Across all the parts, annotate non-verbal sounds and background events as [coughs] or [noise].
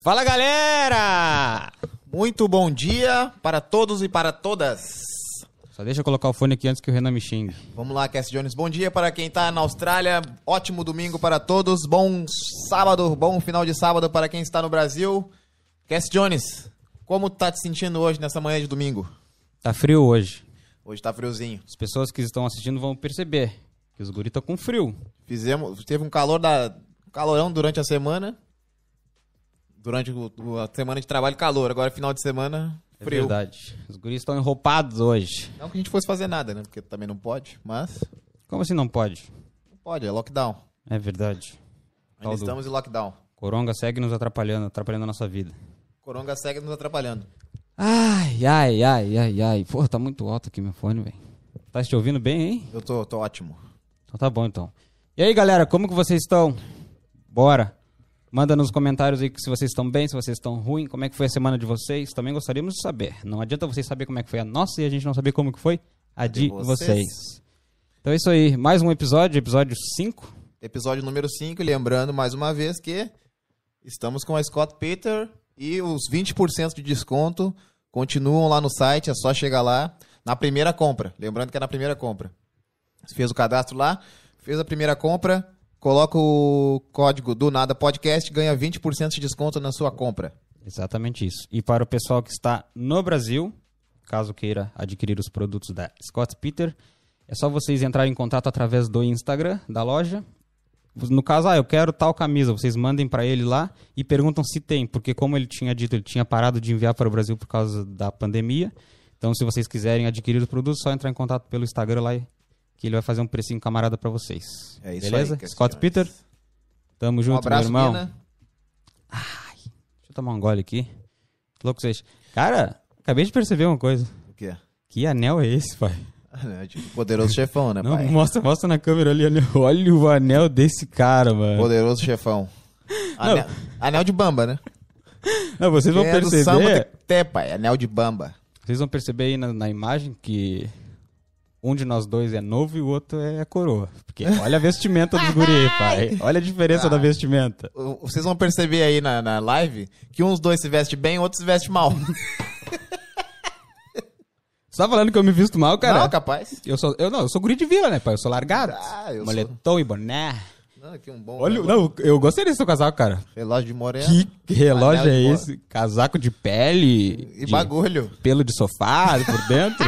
Fala galera! Muito bom dia para todos e para todas. Só deixa eu colocar o fone aqui antes que o Renan me xingue. Vamos lá, Cass Jones. Bom dia para quem está na Austrália. Ótimo domingo para todos. Bom sábado, bom final de sábado para quem está no Brasil. Cass Jones, como tá te sentindo hoje nessa manhã de domingo? Tá frio hoje. Hoje tá friozinho. As pessoas que estão assistindo vão perceber que os guris estão com frio. Fizemos, teve um calor da calorão durante a semana. Durante o- o- a semana de trabalho, calor. Agora final de semana, É frio. verdade. Os guris estão enroupados hoje. não que a gente fosse fazer nada, né? Porque também não pode, mas Como assim não pode? pode, é lockdown. É verdade. Ainda Tal do- estamos em lockdown. Coronga segue nos atrapalhando, atrapalhando a nossa vida. Coronga segue nos atrapalhando. Ai, ai, ai, ai, ai. Porra, tá muito alto aqui meu fone, velho. Tá te ouvindo bem, hein? Eu tô, tô ótimo. Então tá bom então. E aí, galera, como que vocês estão? Bora. Manda nos comentários aí que se vocês estão bem, se vocês estão ruim, como é que foi a semana de vocês. Também gostaríamos de saber. Não adianta vocês saber como é que foi a nossa e a gente não saber como que foi a de de vocês. vocês. Então é isso aí. Mais um episódio, episódio 5. Episódio número 5, lembrando mais uma vez que estamos com a Scott Peter e os 20% de desconto continuam lá no site, é só chegar lá na primeira compra. Lembrando que é na primeira compra. Você fez o cadastro lá, fez a primeira compra, coloca o código do nada podcast, ganha 20% de desconto na sua compra. Exatamente isso. E para o pessoal que está no Brasil, caso queira adquirir os produtos da Scott Peter, é só vocês entrarem em contato através do Instagram da loja. No caso, ah, eu quero tal camisa, vocês mandem para ele lá e perguntam se tem, porque como ele tinha dito, ele tinha parado de enviar para o Brasil por causa da pandemia. Então, se vocês quiserem adquirir os produtos, é só entrar em contato pelo Instagram lá e- que ele vai fazer um precinho camarada para vocês. É isso Beleza? aí, Cassianes. Scott Peter, tamo junto, um abraço, meu irmão. Nina. Deixa eu tomar um gole aqui. Que louco vocês. Cara, acabei de perceber uma coisa. O quê? [laughs] Que anel é esse, pai? Poderoso chefão, né, Não, pai? mostra, mostra na câmera ali. anel. Olha o anel desse cara, mano. Poderoso chefão. Anel, anel de bamba, né? Não, vocês vão É do samba perceber. tecté, pai. Anel de bamba. Vocês vão perceber aí na, na imagem que um de nós dois é novo e o outro é a coroa. Porque olha a vestimenta dos guri, aí, pai. Olha a diferença Ah. da vestimenta. O- Vocês vão perceber aí na, na live que uns dois se vestem bem, outros se [laughs] vestem mal. Você tá falando que eu me visto mal, cara? Não, capaz. eu, sou, eu não, eu sou guri de vila, né, pai? Eu sou largado. Ah, eu sou- Moletom e boné. Não, aqui um bom Olha, o- não, relo- eu gostei desse seu casaco, cara. relógio de morena Que relógio Anel é de esse? Casaco de pele? e de bagulho. Pelo de sofá por [laughs] dentro?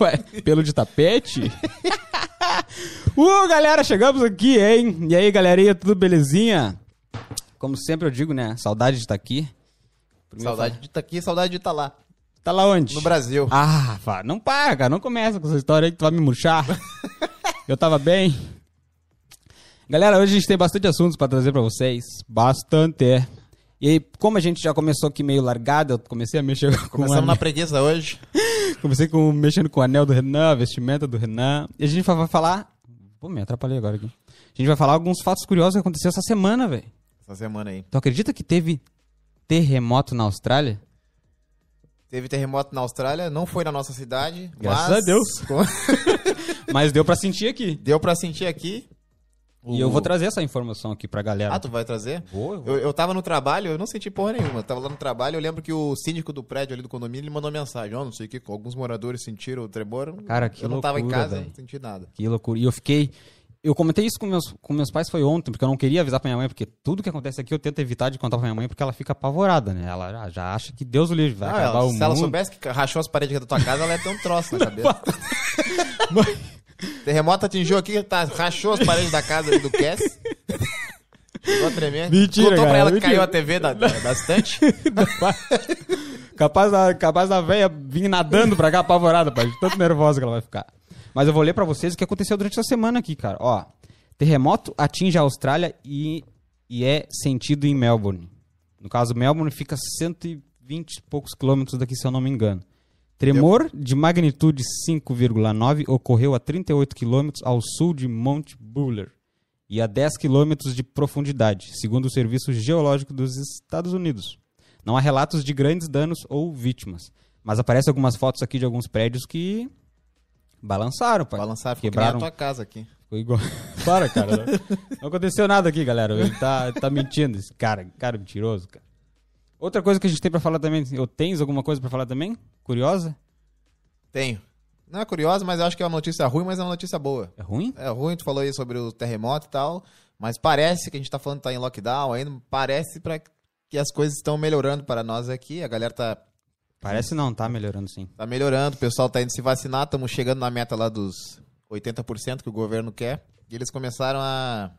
Ué, pelo de tapete? [laughs] uh, galera, chegamos aqui, hein? E aí, galerinha, tudo belezinha? Como sempre eu digo, né? Saudade de estar aqui. Saudade de estar aqui, saudade de estar lá. Tá lá onde? No Brasil. Ah, pá, não para, cara. Não começa com essa história aí que tu vai me murchar. eu tava bem. Galera, hoje a gente tem bastante assuntos pra trazer pra vocês. Bastante. é. E aí, como a gente já começou aqui meio largado, eu comecei a mexer com o Começamos anel, na preguiça hoje. comecei com mexendo com o anel do Renan, a vestimenta do Renan. E a gente vai vai falar, pô, me atrapalhei agora aqui. A gente vai falar alguns fatos curiosos que aconteceu essa semana, velho. Essa semana aí. Tu acredita que teve terremoto na Austrália? Teve terremoto na Austrália, não foi na nossa cidade. Graças mas- a Deus. [laughs] Mas deu pra sentir aqui. Deu pra sentir aqui. E eu vou trazer essa informação aqui pra galera. Ah, tu vai trazer? Vou, eu vou. Eu, eu tava no trabalho, eu não senti porra nenhuma. Eu tava lá no trabalho, eu lembro que o síndico do prédio ali do condomínio ele mandou mensagem. Ó, não sei o que, alguns moradores sentiram o tremor. Cara, que Eu não tava em loucura, casa, velho. não senti nada. Que loucura. E eu fiquei. Eu comentei isso com meus, com meus pais foi ontem, porque eu não queria avisar pra minha mãe, porque tudo que acontece aqui eu tento evitar de contar pra minha mãe, porque ela fica apavorada, né? Ela já, já acha que Deus o livre, vai Ah, acabar ela- o se mundo. ela soubesse que rachou as paredes da tua casa, ela ia ter um [laughs] troço na cabeça. Terremoto atingiu aqui, tá, rachou as paredes da casa ali do Cass. Chegou a tremer. Mentira, Contou cara, pra ela que mentira. caiu a TV da, da, da estante. capaz da, capaz da véia vir nadando pra cá apavorada, pai. de Tanto nervosa que ela vai ficar. Mas eu vou ler pra vocês o que aconteceu durante essa semana aqui, cara. Ó, terremoto atinge a Austrália e, e é sentido em Melbourne. No caso, Melbourne fica 120 e poucos quilômetros daqui, se eu não me engano. Tremor de magnitude 5,9 ocorreu a 38 quilômetros ao sul de Mount Buller e a 10 quilômetros de profundidade, segundo o Serviço Geológico dos Estados Unidos. Não há relatos de grandes danos ou vítimas, mas aparecem algumas fotos aqui de alguns prédios que balançaram, pai. Balançar, ficou quebraram. que nem a tua casa aqui. Ficou igual. [laughs] né? Para, cara. Não aconteceu nada aqui, galera. Ele tá, tá mentindo, esse cara. Cara um mentiroso, cara. Outra coisa que a gente tem pra falar também, eu tens alguma coisa pra falar também? Curiosa? Tenho. Não é curioso, mas eu acho que é uma notícia ruim, mas é uma notícia boa. É ruim? É ruim, tu falou aí sobre o terremoto e tal, mas parece que a gente tá falando que tá em lockdown ainda, parece pra que as coisas estão melhorando para nós aqui, a galera tá, Parece não, tá melhorando sim. tá melhorando, o pessoal tá indo se vacinar, estamos chegando na meta lá dos 80% que o governo quer, e eles começaram a,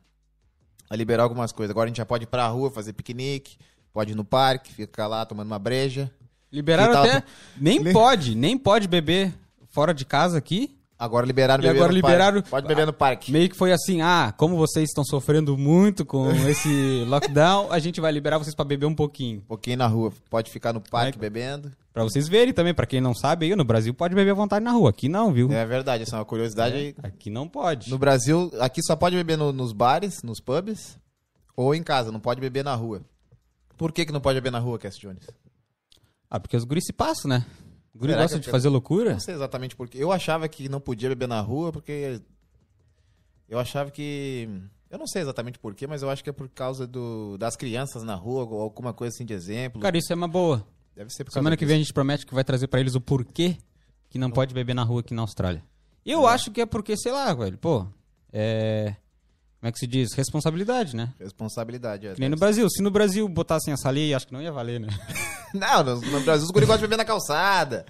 a liberar algumas coisas. Agora a gente já pode ir pra rua, fazer piquenique, pode ir no parque, ficar lá tomando uma breja. Liberaram Que tava- até. Nem Li- pode, nem pode beber fora de casa aqui. Agora liberaram E beber agora no liberaram- parque. Pode beber no parque. Meio que foi assim: ah, como vocês estão sofrendo muito [laughs] com esse lockdown, a gente vai liberar vocês pra beber um pouquinho. Um pouquinho na rua, pode ficar no parque bebendo. Pra vocês verem também, pra quem não sabe, aí no Brasil pode beber à vontade na rua. Aqui não, viu? É verdade, essa é uma curiosidade. aí. Aqui não pode. No Brasil, aqui só pode beber no- nos bares, nos pubs, ou em casa, não pode beber na rua. Por que, que não pode beber na rua, Cass Jones? Ah, porque os guris se passam, né? Os guris Será gostam que de eu- fazer loucura. Não sei exatamente por quê. Eu achava que não podia beber na rua, porque. Eu achava que. Eu não sei exatamente por quê, mas eu acho que é por causa do, das crianças na rua, ou alguma coisa assim de exemplo. Cara, isso é uma boa. Deve ser por causa Semana que vem a gente promete que vai trazer pra eles o porquê que não pode beber na rua aqui na Austrália. Eu acho que é porque, sei lá, velho, pô, é... Como é que se diz? Responsabilidade, né? disso. Responsabilidade. é. Que nem no Brasil. Se no Brasil botassem essa lei, acho que não ia valer, né? Não, no, no Brasil os guris gostam de beber na calçada.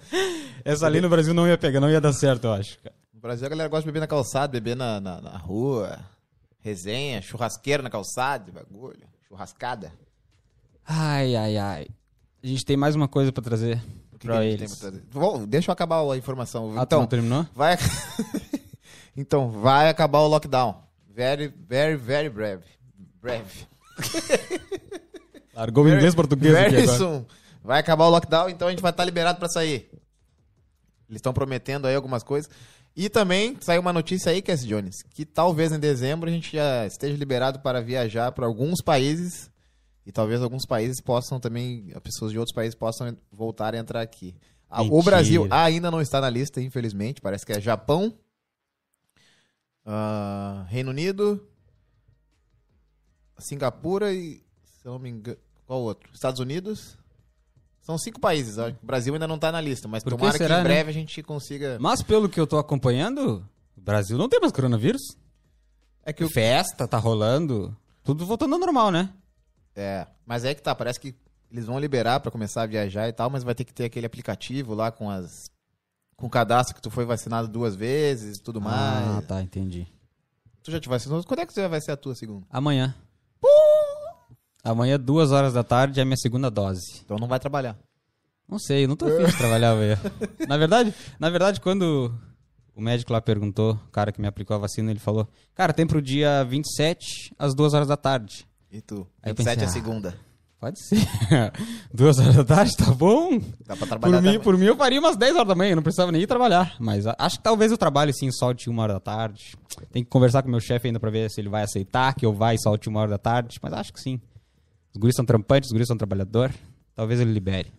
Essa lei no Brasil não ia pegar, não ia dar certo, eu acho. cara. No Brasil a galera gosta de beber na calçada, beber na, na, na rua, resenha, churrasqueira na calçada, bagulho, churrascada. Ai, ai, ai. A gente tem mais uma coisa pra trazer O que que pra a gente tem eles. pra trazer? Bom, deixa eu acabar a informação. Ah, então, então, terminou? vai... [laughs] então, vai acabar o lockdown. Very, very, very breve. Breve. Largou o inglês e português aqui Very agora. soon. Vai acabar o lockdown, então a gente vai estar liberado pra sair. Eles estão prometendo aí algumas coisas. E também saiu uma notícia aí, Cass Jones, que talvez em dezembro a gente já esteja liberado para viajar para alguns países. E talvez alguns países possam também, pessoas de outros países possam voltar a entrar aqui. Ah, O Mentira. Brasil ainda não está na lista, infelizmente. Parece que é Japão, ah, Reino Unido, Singapura e, se eu não me engano, qual outro? Estados Unidos. São cinco países. ó. O Brasil ainda não está na lista, mas Por que tomara que, será, em né? breve a gente consiga. Mas pelo que eu tô acompanhando, o Brasil não tem mais coronavírus. É que o... Festa tá rolando. Tudo voltando ao normal, né? É, mas é que tá, parece que eles vão liberar pra começar a viajar e tal, mas vai ter que ter aquele aplicativo lá com as com o cadastro que tu foi vacinado duas vezes e tudo Ah, mais. tá, entendi. Tu já te vacinou? Quando é que você vai ser a tua segunda? Amanhã. Amanhã, duas horas da tarde, é a minha segunda dose. Então não vai trabalhar. Não sei, eu não tô afim de [laughs] trabalhar amanhã. Na verdade, na verdade, quando o médico lá perguntou, o cara que me aplicou a vacina, ele falou, cara, tem pro dia 27, às duas horas da tarde. E tu? Aí eu 27 é a pensei, ah. segunda. Pode ser. [laughs] duas horas da tarde, tá bom? Dá pra Por trabalhar mim, também. por mim, eu faria umas 10 horas da manhã, eu não precisava nem ir trabalhar. Mas a- acho que talvez eu trabalhe sim, solte uma hora da tarde. Tem que conversar com meu chefe ainda pra ver se ele vai aceitar que eu vá e solte uma hora da tarde. Mas acho que sim. Os guris são trampantes, os guris são trabalhador. Talvez ele libere.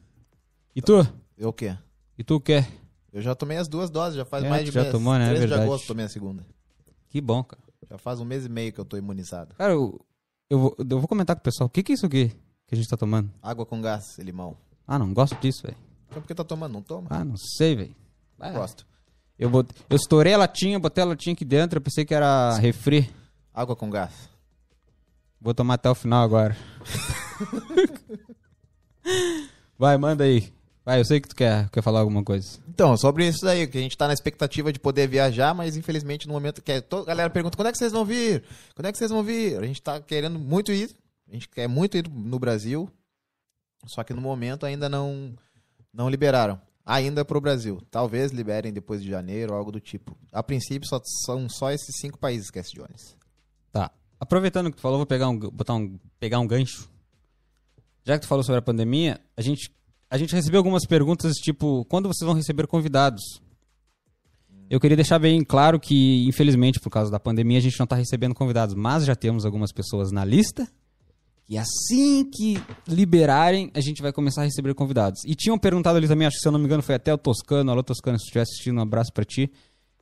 E tu? Eu o quê? E tu o quê? Eu já tomei as duas doses, já faz É, mais tu de já mês. tomou, né? É 13 de verdade. agosto tomei a segunda. Que bom, cara. Já faz um mês e meio que eu tô imunizado. Cara, eu, eu, vou, eu vou comentar com o pessoal. O que, que é isso aqui que a gente tá tomando? Água com gás e limão. Ah, não gosto disso, velho. Então por que tá tomando? Não toma? Ah, não sei, velho. Ah, Gosto. Eu, bot- eu estourei a latinha, botei a latinha aqui dentro, eu pensei que era refri. Água com gás. Vou tomar até o final agora. Vai, manda aí. Vai, eu sei que tu quer, quer falar alguma coisa. Então, sobre isso daí, que a gente tá na expectativa de poder viajar, mas infelizmente no momento que é. to- A galera pergunta: quando é que vocês vão vir? Quando é que vocês vão vir? A gente tá querendo muito ir. A gente quer muito ir no Brasil. Só que no momento ainda não, não liberaram. Ainda pro Brasil. Talvez liberem depois de janeiro, algo do tipo. A princípio, só, são só esses cinco países, Cass Jones. Tá. Aproveitando que tu falou, vou pegar um, botar um, pegar um gancho. Já que tu falou sobre a pandemia, a gente, a gente recebeu algumas perguntas, tipo, quando vocês vão receber convidados? Eu queria deixar bem claro que, infelizmente, por causa da pandemia, a gente não tá recebendo convidados, mas já temos algumas pessoas na lista. E assim que liberarem, a gente vai começar a receber convidados. E tinham perguntado ali também, acho que se eu não me engano foi até o Toscano. Alô, Toscano, se estiver assistindo, um abraço pra ti.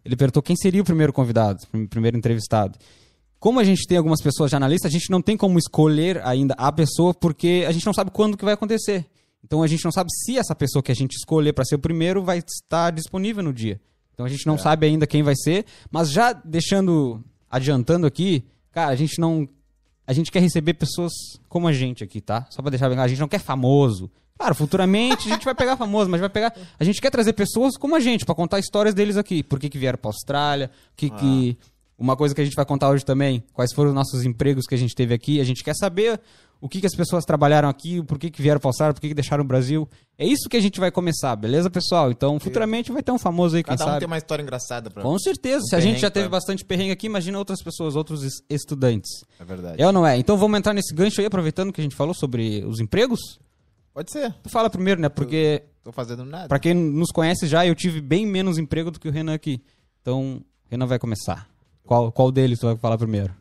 Ele perguntou quem seria o primeiro convidado, o primeiro entrevistado. Como a gente tem algumas pessoas já na lista, a gente não tem como escolher ainda a pessoa porque a gente não sabe quando que vai acontecer. Então a gente não sabe se essa pessoa que a gente escolher para ser o primeiro vai estar disponível no dia. Então a gente não sabe ainda quem vai ser, mas já deixando adiantando aqui, cara, a gente não a gente quer receber pessoas como a gente aqui, tá? Só pra deixar bem claro, a gente não quer famoso. Claro, futuramente a gente vai pegar famoso, mas vai pegar. A gente quer trazer pessoas como a gente, pra contar histórias deles aqui. Por que, que vieram pra Austrália? o Que, que... Ah. Uma coisa que a gente vai contar hoje também, quais foram os nossos empregos que a gente teve aqui. A gente quer saber o que, que as pessoas trabalharam aqui, por que, que vieram pra Austrália, por que, que deixaram o Brasil. É isso que a gente vai começar, beleza, pessoal? Então, futuramente vai ter um famoso aí, quem Cada um sabe. tem uma história engraçada pra Com certeza. Se a perrengue tá? gente já pra- teve bastante perrengue aqui, imagina outras pessoas, outros es- estudantes. É verdade. É ou não é? Então vamos entrar nesse gancho aí, aproveitando que a gente falou sobre os empregos. Pode ser. Tu fala primeiro, né? Porque, Tô fazendo nada. pra quem nos conhece já, eu tive bem menos emprego do que o Renan aqui. Então, o Renan vai começar. Qual, qual deles tu vai falar primeiro?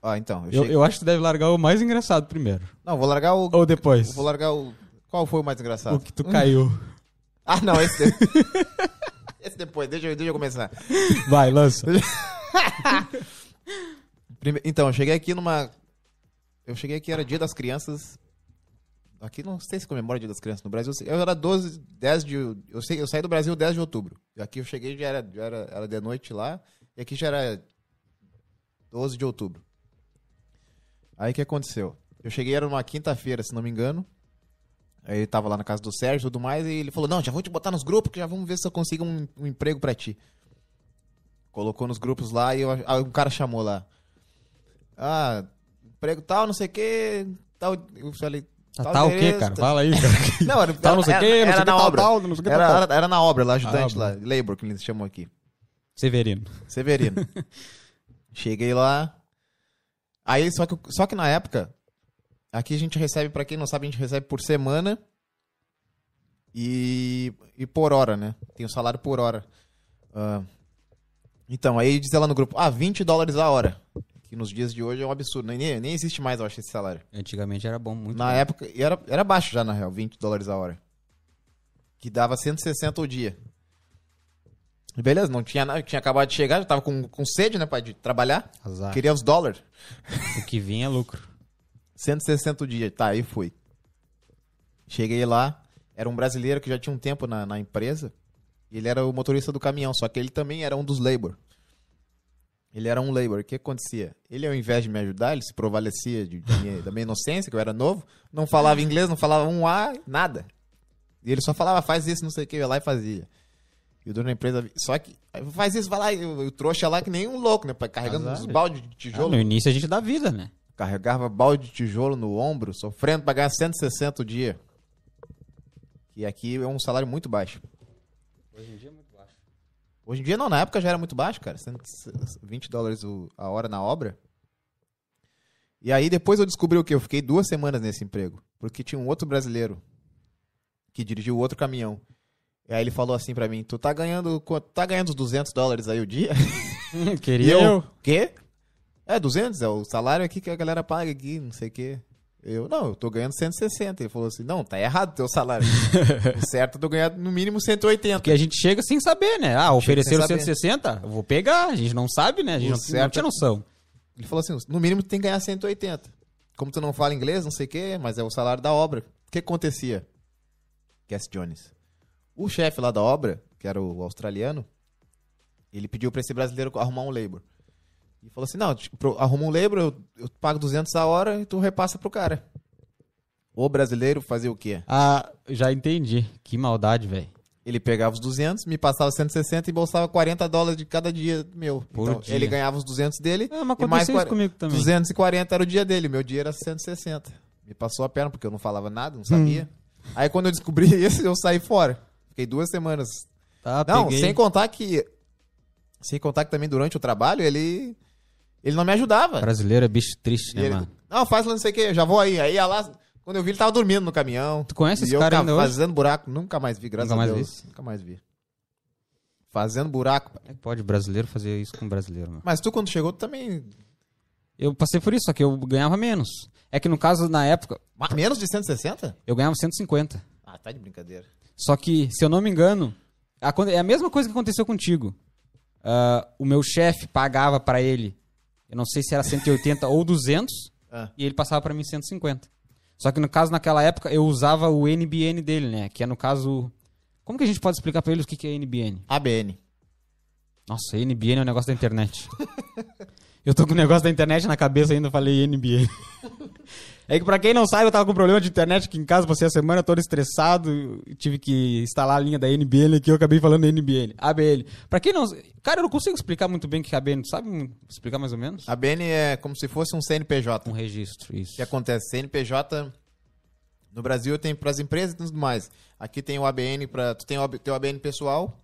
Ó, então. Eu Eu, cheguei- eu acho que tu deve largar o mais engraçado primeiro. Não, vou largar o. Ou depois. Vou largar o. Qual foi o mais engraçado? Um- O que tu caiu. Ah, não, [laughs] esse depois. esse depois, deixa eu, deixa eu começar. Vai, [laughs] lança. Prime- Então, eu cheguei aqui numa. Eu cheguei aqui, era dia das crianças. Aqui não sei se comemora dia das crianças no Brasil. Eu era 12, 10 de. Eu, sei, eu saí do Brasil 10 de outubro. E Aqui eu cheguei, já era, já era, era de noite lá. E aqui já era 12 de outubro. Aí o que aconteceu? Eu cheguei, era numa quinta-feira, se não me engano. Aí eu tava lá na casa do Sérgio e tudo mais. E ele falou: Não, já vou te botar nos grupos, que já vamos ver se eu consigo um, um emprego pra ti. Colocou nos grupos lá e eu, aí um cara chamou lá. Ah, emprego tal, não sei o que. Tal, eu falei. Tá, tá o quê, endereço, cara? tal- Fala aí, cara. Não, era, Tal, não sei o era- quê, não sei era o na que, tal, obra. tal, não sei o que, Era- tal, tal. era- era na obra lá, ajudante Ah, lá, labor, que eles chamam aqui. Severino. Severino. Cheguei lá. Aí, só que, só que na época, aqui a gente recebe, pra quem não sabe, a gente recebe por semana e, e por hora, né? Tem o salário por hora. Ah, então, aí diz ela no grupo, ah, 20 dólares a hora. Que nos dias de hoje é um absurdo, nem, nem nem existe mais, eu acho, esse salário. Antigamente era bom, muito Na bom. época, e era, era baixo já, na real, 20 dólares a hora. Que dava 160 o dia. E Beleza, não tinha nada, eu tinha acabado de chegar, já tava com, com sede, né, pai, de trabalhar. Azar. Queria os dólares. O que vinha é lucro. 160 o dia, tá, aí fui. Cheguei lá, era um brasileiro que já tinha um tempo na, na empresa. E ele era o motorista do caminhão, só que ele também era um dos labor. Ele era um labor. O que acontecia? Ele, ao invés de me ajudar, ele se provalecia de, de minha- da minha inocência, que eu era novo. Não falava inglês, não falava um A, nada. E ele só falava, faz isso, não sei o que, eu ia lá e fazia. E o dono da empresa, só que, faz isso, vai lá. E o e o trouxa lá que nem um louco, né? pai, Carregando Azar. uns baldes de Ah, tijolo. no início a gente dá vida, né? Carregava balde de tijolo no ombro, sofrendo pra ganhar 160 o dia. E aqui é um salário muito baixo. Hoje em dia é muito baixo. Hoje em dia não, na época já era muito baixo, cara. 120 dólares o- a hora na obra. E aí depois eu descobri o quê? Eu fiquei duas semanas nesse emprego. Porque tinha um outro brasileiro que dirigiu outro caminhão. E aí ele falou assim pra mim, tu tá ganhando, quanto- tá ganhando os 200 dólares aí o dia? [laughs] Queria eu. Quê? É, 200, é o salário aqui que a galera paga aqui, não sei o quê. Eu, não, eu tô ganhando 160. Ele falou assim, não, tá errado o teu salário. [laughs] o certo é tu ganhar no mínimo 180. Porque a gente chega sem saber, né? Ah, ofereceram sem saber. 160, eu vou pegar. A gente não sabe, né? A gente O não, não certo- é tinha noção. Ele falou assim, no mínimo tu tem que ganhar 180. Como tu não fala inglês, não sei o quê, mas é o salário da obra. O que acontecia? Cass Jones. O chefe lá da obra, que era o australiano, ele pediu pra esse brasileiro arrumar um labor. E falou assim, não, tipo, pro- arruma um labor, eu, eu pago 200 a hora e tu repassa pro cara. O brasileiro fazia o quê? Ah, já entendi. Que maldade, velho. Ele pegava os 200, me passava 160 e bolsava 40 dólares de cada dia meu. Por então, dia. ele ganhava os 200 dele É, mas e aconteceu mais isso 40 comigo também. 240 era o dia dele, meu dia era 160. Me passou a perna porque eu não falava nada, não sabia. Hum. Aí quando eu descobri [laughs] isso, eu saí fora. Fiquei duas semanas. Tá, não, peguei. sem contar que sem contar que também durante o trabalho ele ele não me ajudava. Brasileiro é bicho triste, E né, ele- mano? não, faz lá não sei o que, eu já vou aí. Aí ia lá, quando eu vi ele tava dormindo no caminhão. Tu conhece E esse eu cara ca- ainda hoje? fazendo buraco, nunca mais vi, graças Nunca mais a Deus. Nunca mais vi. Fazendo buraco. Como é que pode brasileiro fazer isso com brasileiro, mano? Mas tu quando chegou tu também Eu passei por isso, só que eu ganhava menos. É que no caso, na época, Ma- menos de 160? eu ganhava 150. Ah, tá de brincadeira. Só que, se eu não me engano, aconte- é a mesma coisa que aconteceu contigo. Ah, o meu chefe pagava pra ele Eu não sei se era 180 ou 200, Ah. e ele passava pra mim 150. Só que no caso, naquela época, eu usava o NBN dele, né? Que é no caso. Como que a gente pode explicar pra eles o que, que é NBN? ABN. Nossa, NBN é um negócio da internet. [laughs] eu tô com um negócio da internet na cabeça ainda, falei NBN. [laughs] é que pra quem não sabe, eu tava com um problema de internet aqui em casa, passei a semana todo estressado, e tive que instalar a linha da NBN aqui, eu acabei falando NBN, ABN. Pra quem não... Cara, eu não consigo explicar muito bem o que é ABN, tu sabe me explicar mais ou menos? ABN é como se fosse um CNPJ. Um O registro, isso. que acontece? CNPJ no Brasil tem para as empresas e tudo mais. Aqui tem o ABN para tu tem o AB- teu ABN pessoal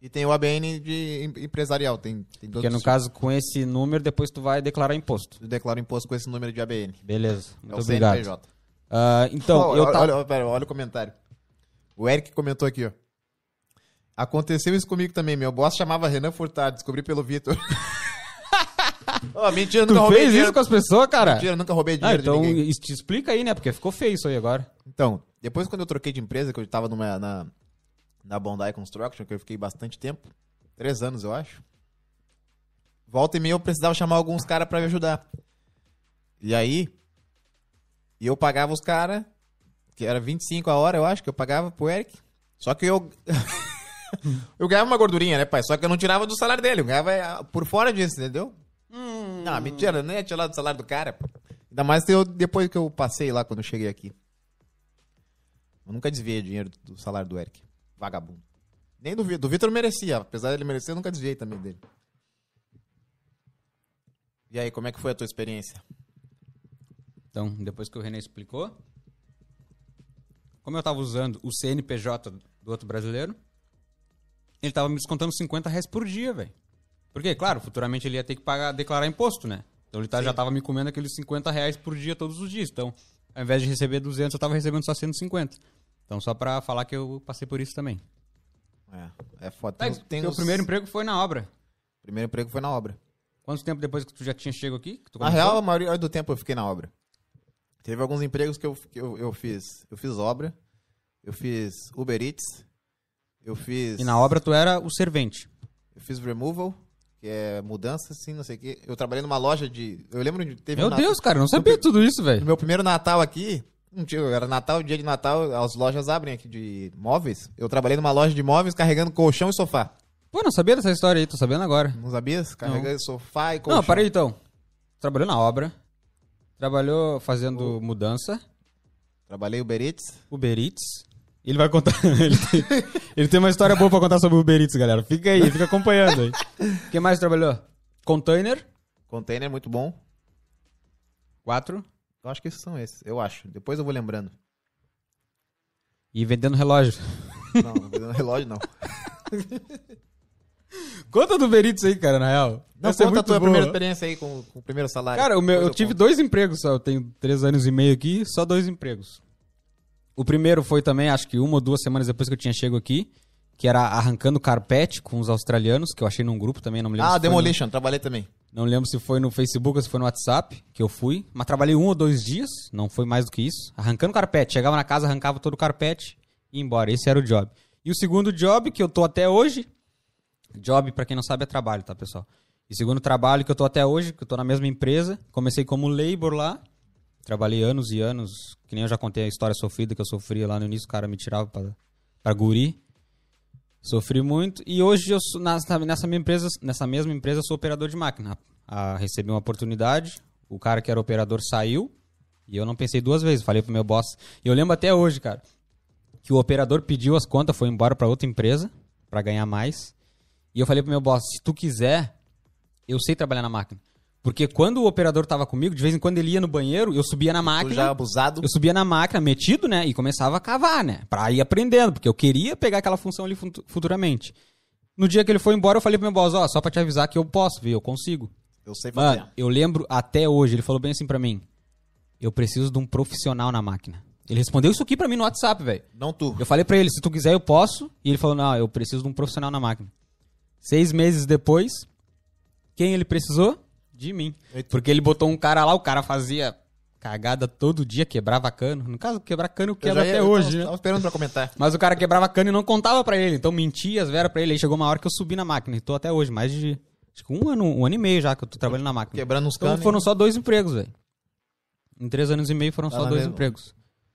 e tem o ABN de em- empresarial, tem tem Porque no caso, com esse número, depois tu vai declarar imposto. Tu declara imposto com esse número de ABN. Beleza, muito é o obrigado. CNPJ. Ah, então, Ó, eu olha, tava... olha, pera, olha o comentário. O Eric comentou aqui, ó. Aconteceu isso comigo também. Meu boss chamava Renan Furtado, descobri pelo Vitor. [laughs] Ó, mentira, nunca Tu roubei fez dinheiro. isso com as pessoas, cara? Mentira, nunca roubei Ah, dinheiro então de ninguém. isso te explica aí, né? Porque ficou feio isso aí agora. Então, depois quando eu troquei de empresa, que eu tava numa, na, na Bondi Construction, que eu fiquei bastante tempo, três anos, eu acho. Volta e meia eu precisava chamar alguns caras pra me ajudar. E aí, e eu pagava os caras, que era 25 a hora, eu acho, que eu pagava pro Eric. Só que eu... [laughs] eu ganhava uma gordurinha, né, pai? Só que eu não tirava do salário dele, eu ganhava ah, por fora disso, entendeu? Não, mentira, eu nem ia tirar do salário do cara. pô. Ainda mais que eu, depois que eu passei lá, quando eu cheguei aqui. Eu nunca desviei dinheiro do salário do Eric. Vagabundo. Nem do Vitor. Do Vitor eu merecia. Apesar dele merecer, eu nunca desviei também dele. E aí, como é que foi a tua experiência? Então, depois que o René explicou, como eu tava usando o CNPJ do outro brasileiro, ele tava me descontando 50 reais por dia, velho. Porque, claro, futuramente ele ia ter que pagar, declarar imposto, né? Então ele tá- já tava me comendo aqueles 50 reais por dia todos os dias. Então, ao invés de receber 200, eu tava recebendo só 150. Então, só pra falar que eu passei por isso também. É, é foda. Tá, Tem, uns- tem teu uns- primeiro emprego foi na obra. primeiro emprego foi na obra. Quanto tempo depois que tu já tinha chego aqui? que tu Na começou? real, a maioria do tempo eu fiquei na obra. Teve alguns empregos que eu, que eu, eu fiz. Eu fiz obra, eu fiz Uber Eats, eu fiz. E na obra tu era o servente. Eu fiz removal, que é mudança, assim, não sei o quê. Eu trabalhei numa loja de. Eu lembro de. Teve Meu um Natal- Deus, cara, eu não sabia tudo isso, No velho. meu primeiro Natal aqui, não tinha, era Natal, dia de Natal, as lojas abrem aqui de móveis. Eu trabalhei numa loja de móveis carregando colchão e sofá. Pô, eu não sabia dessa história aí, tô sabendo agora. Não sabias? Carregando sofá e colchão. Não, parei então. Trabalhou na obra, trabalhou fazendo mudança, Trabalhei Uber Eats. Uber Eats. Ele vai contar. [laughs] ele, tem, ele tem uma história boa pra contar sobre o Uber Eats, galera. Fica aí, fica [laughs] acompanhando aí. Quem mais trabalhou? Container, Container muito bom. 4. Eu acho que esses são esses, eu acho. Depois eu vou lembrando. [laughs] E vendendo relógio. Não, não relógio não. Conta do Uber Eats aí, cara, na real. Não, Essa é conta a muito tua boa. primeira experiência aí com, com o primeiro salário. Cara, o meu, Depois eu tive conto. dois empregos só. Eu tenho três anos e meio aqui, só dois empregos. O primeiro foi também, acho que uma ou duas semanas depois que eu tinha chego aqui, que era arrancando carpete com os australianos, que eu achei num grupo também, não me lembro Ah, se foi no- Demolition, trabalhei também. não lembro se foi no Facebook ou se foi no WhatsApp que eu fui. Mas trabalhei um ou dois dias, não foi mais do que isso. Arrancando carpete. Chegava na casa, arrancava todo o carpete e ia embora. Esse era o job. E o segundo job que eu tô até hoje. Job, pra quem não sabe, é trabalho, tá, pessoal? E segundo trabalho que eu tô até hoje, que eu tô na mesma empresa. Comecei como labor lá. Trabalhei anos e anos. Que nem eu já contei a história sofrida que eu sofria lá no início. O cara me tirava pra, pra guri. Sofri muito e hoje eu sou- nessa, nessa minha empresa, nessa mesma empresa eu sou operador de máquina. Ah, recebi uma oportunidade, o cara que era operador saiu e eu não pensei duas vezes, falei pro meu boss. E eu lembro até hoje, cara, que o operador pediu as contas, foi embora pra outra empresa pra ganhar mais. E eu falei pro meu boss, se tu quiser, eu sei trabalhar na máquina. Porque quando o operador tava comigo, de vez em quando ele ia no banheiro, eu subia na Tu máquina. já é abusado. Eu subia na máquina, metido, né? E começava a cavar, né? Pra ir aprendendo, porque eu queria pegar aquela função ali futu- futuramente. No dia que ele foi embora, eu falei pro meu boss, ó, só pra te avisar que eu posso, viu? Eu consigo. Eu sei fazer. Mano, eu lembro até hoje, ele falou bem assim pra mim, eu preciso de um profissional na máquina. Ele respondeu isso aqui pra mim no WhatsApp, velho. Não tu. Eu falei pra ele, se tu quiser eu posso. E ele falou, não, eu preciso de um profissional na máquina. Seis meses depois, quem ele precisou? De mim. Eita. Porque ele botou um cara lá, o cara fazia cagada todo dia, quebrava cano. No caso, quebrar cano Eu quebra já ia- até eu hoje, tava- né? Tava esperando pra comentar. Mas o cara quebrava cano e não contava pra ele. Então mentia as veras pra ele. Aí chegou uma hora que eu subi na máquina. E tô até hoje, mais de Acho que um ano, um ano e meio já que eu tô trabalhando na máquina. Quebrando uns Então canos. foram só dois empregos, velho. Em três anos e meio foram Tá só lá dois mesmo. empregos.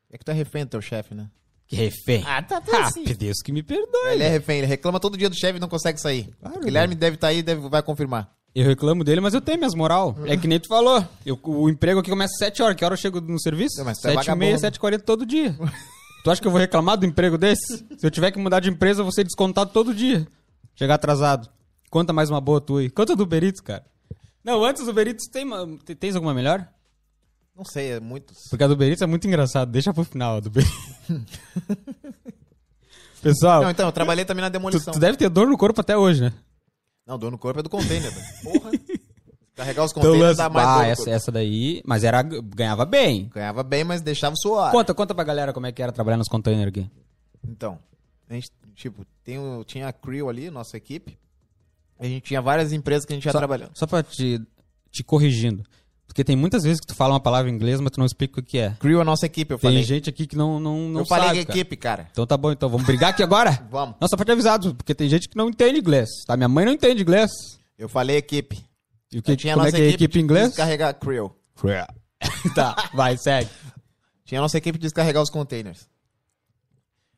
É que tu é refém do teu chefe, né? Que refém. Ah, tá, Ah, Deus que me perdoe. Ele é refém, ele reclama todo dia do chefe e não consegue sair. Claro, O Guilherme deve estar aí, deve, vai confirmar. Eu reclamo dele, mas eu tenho minhas moral. É que nem tu falou. Eu- o emprego aqui começa às 7 horas. Que hora eu chego no serviço? Não, mas tu é 7 e meia, vagabundo. 7 e 40 todo dia. tu acha que eu vou reclamar do emprego desse? Se eu tiver que mudar de empresa, eu vou ser descontado todo dia. Chegar atrasado. Conta mais uma boa tua aí. Conta do Uber Eats, cara. Não, antes do Uber Eats, tem, uma- te- tens alguma melhor? Não sei, é muitos. Porque a do Uber Eats é muito engraçado. Deixa pro final, a do Uber Eats. [laughs] Pessoal, Não, então, eu trabalhei também na tu, demolição. tu deve ter dor no corpo até hoje, né? Não, dor no corpo é do container. velho. [laughs] Porra. Carregar os Então, containers lance- dá mais dor ah, no essa, corpo. essa daí... Mas era, ganhava bem. é- Ganhava bem, mas deixava suar. Conta, conta pra galera como é que era trabalhar nos containers aqui. Então, a gente, tipo, tem o- tinha a crew ali, nossa equipe. A gente tinha várias empresas que a gente ia Só- trabalhando. Só pra te, te corrigindo. Porque tem muitas vezes que tu fala uma palavra em inglês, mas tu não explica o que é. Crew é a nossa equipe, eu Tem falei. gente aqui que não, não, não eu sabe, falei que é cara. equipe, cara. Então tá bom, então. Vamos brigar aqui [laughs] agora? Vamos. Não, só pra te avisar, porque tem gente que não entende inglês, tá? Minha mãe não entende inglês. Eu falei equipe. E o que, Eu tinha a como é nossa tipo, que é equipe de em inglês? Descarregar crew. [laughs] tá, vai, segue. Tinha a nossa equipe de descarregar os containers.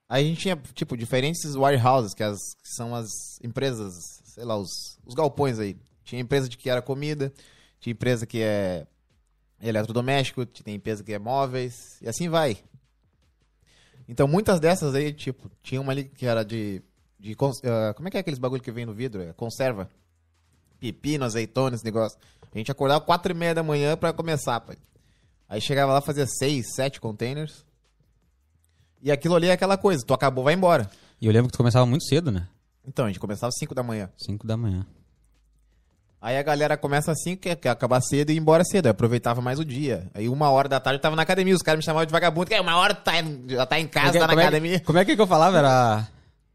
Aí a gente tinha, tipo, diferentes warehouses, que, as- que são as empresas, sei lá, os, os galpões aí. Tinha empresa de que era comida, tinha empresa que é eletrodoméstico, tem empresa que é móveis, e assim vai. Então muitas dessas aí, tipo, tinha uma ali que era de. de cons- ah, como é que é aqueles bagulho que vem no vidro? É Conserva. Pepino, azeitona, esse negócio. A gente acordava quatro e meia da manhã pra começar, pai. Aí chegava lá, fazia seis, sete containers. E aquilo ali é aquela coisa, tu acabou, vai embora. E eu lembro que tu começava muito cedo, né? Então, a gente começava às 5 da manhã. 5 da manhã. Aí a galera começa assim, quer, quer acabar cedo e ir embora cedo. Eu aproveitava mais o dia. Aí uma hora da tarde eu tava na academia, os caras me chamavam de vagabundo. Que uma hora tu tá, em- já tá em casa, tá na como, é, academia. que- como é que eu falava? Era.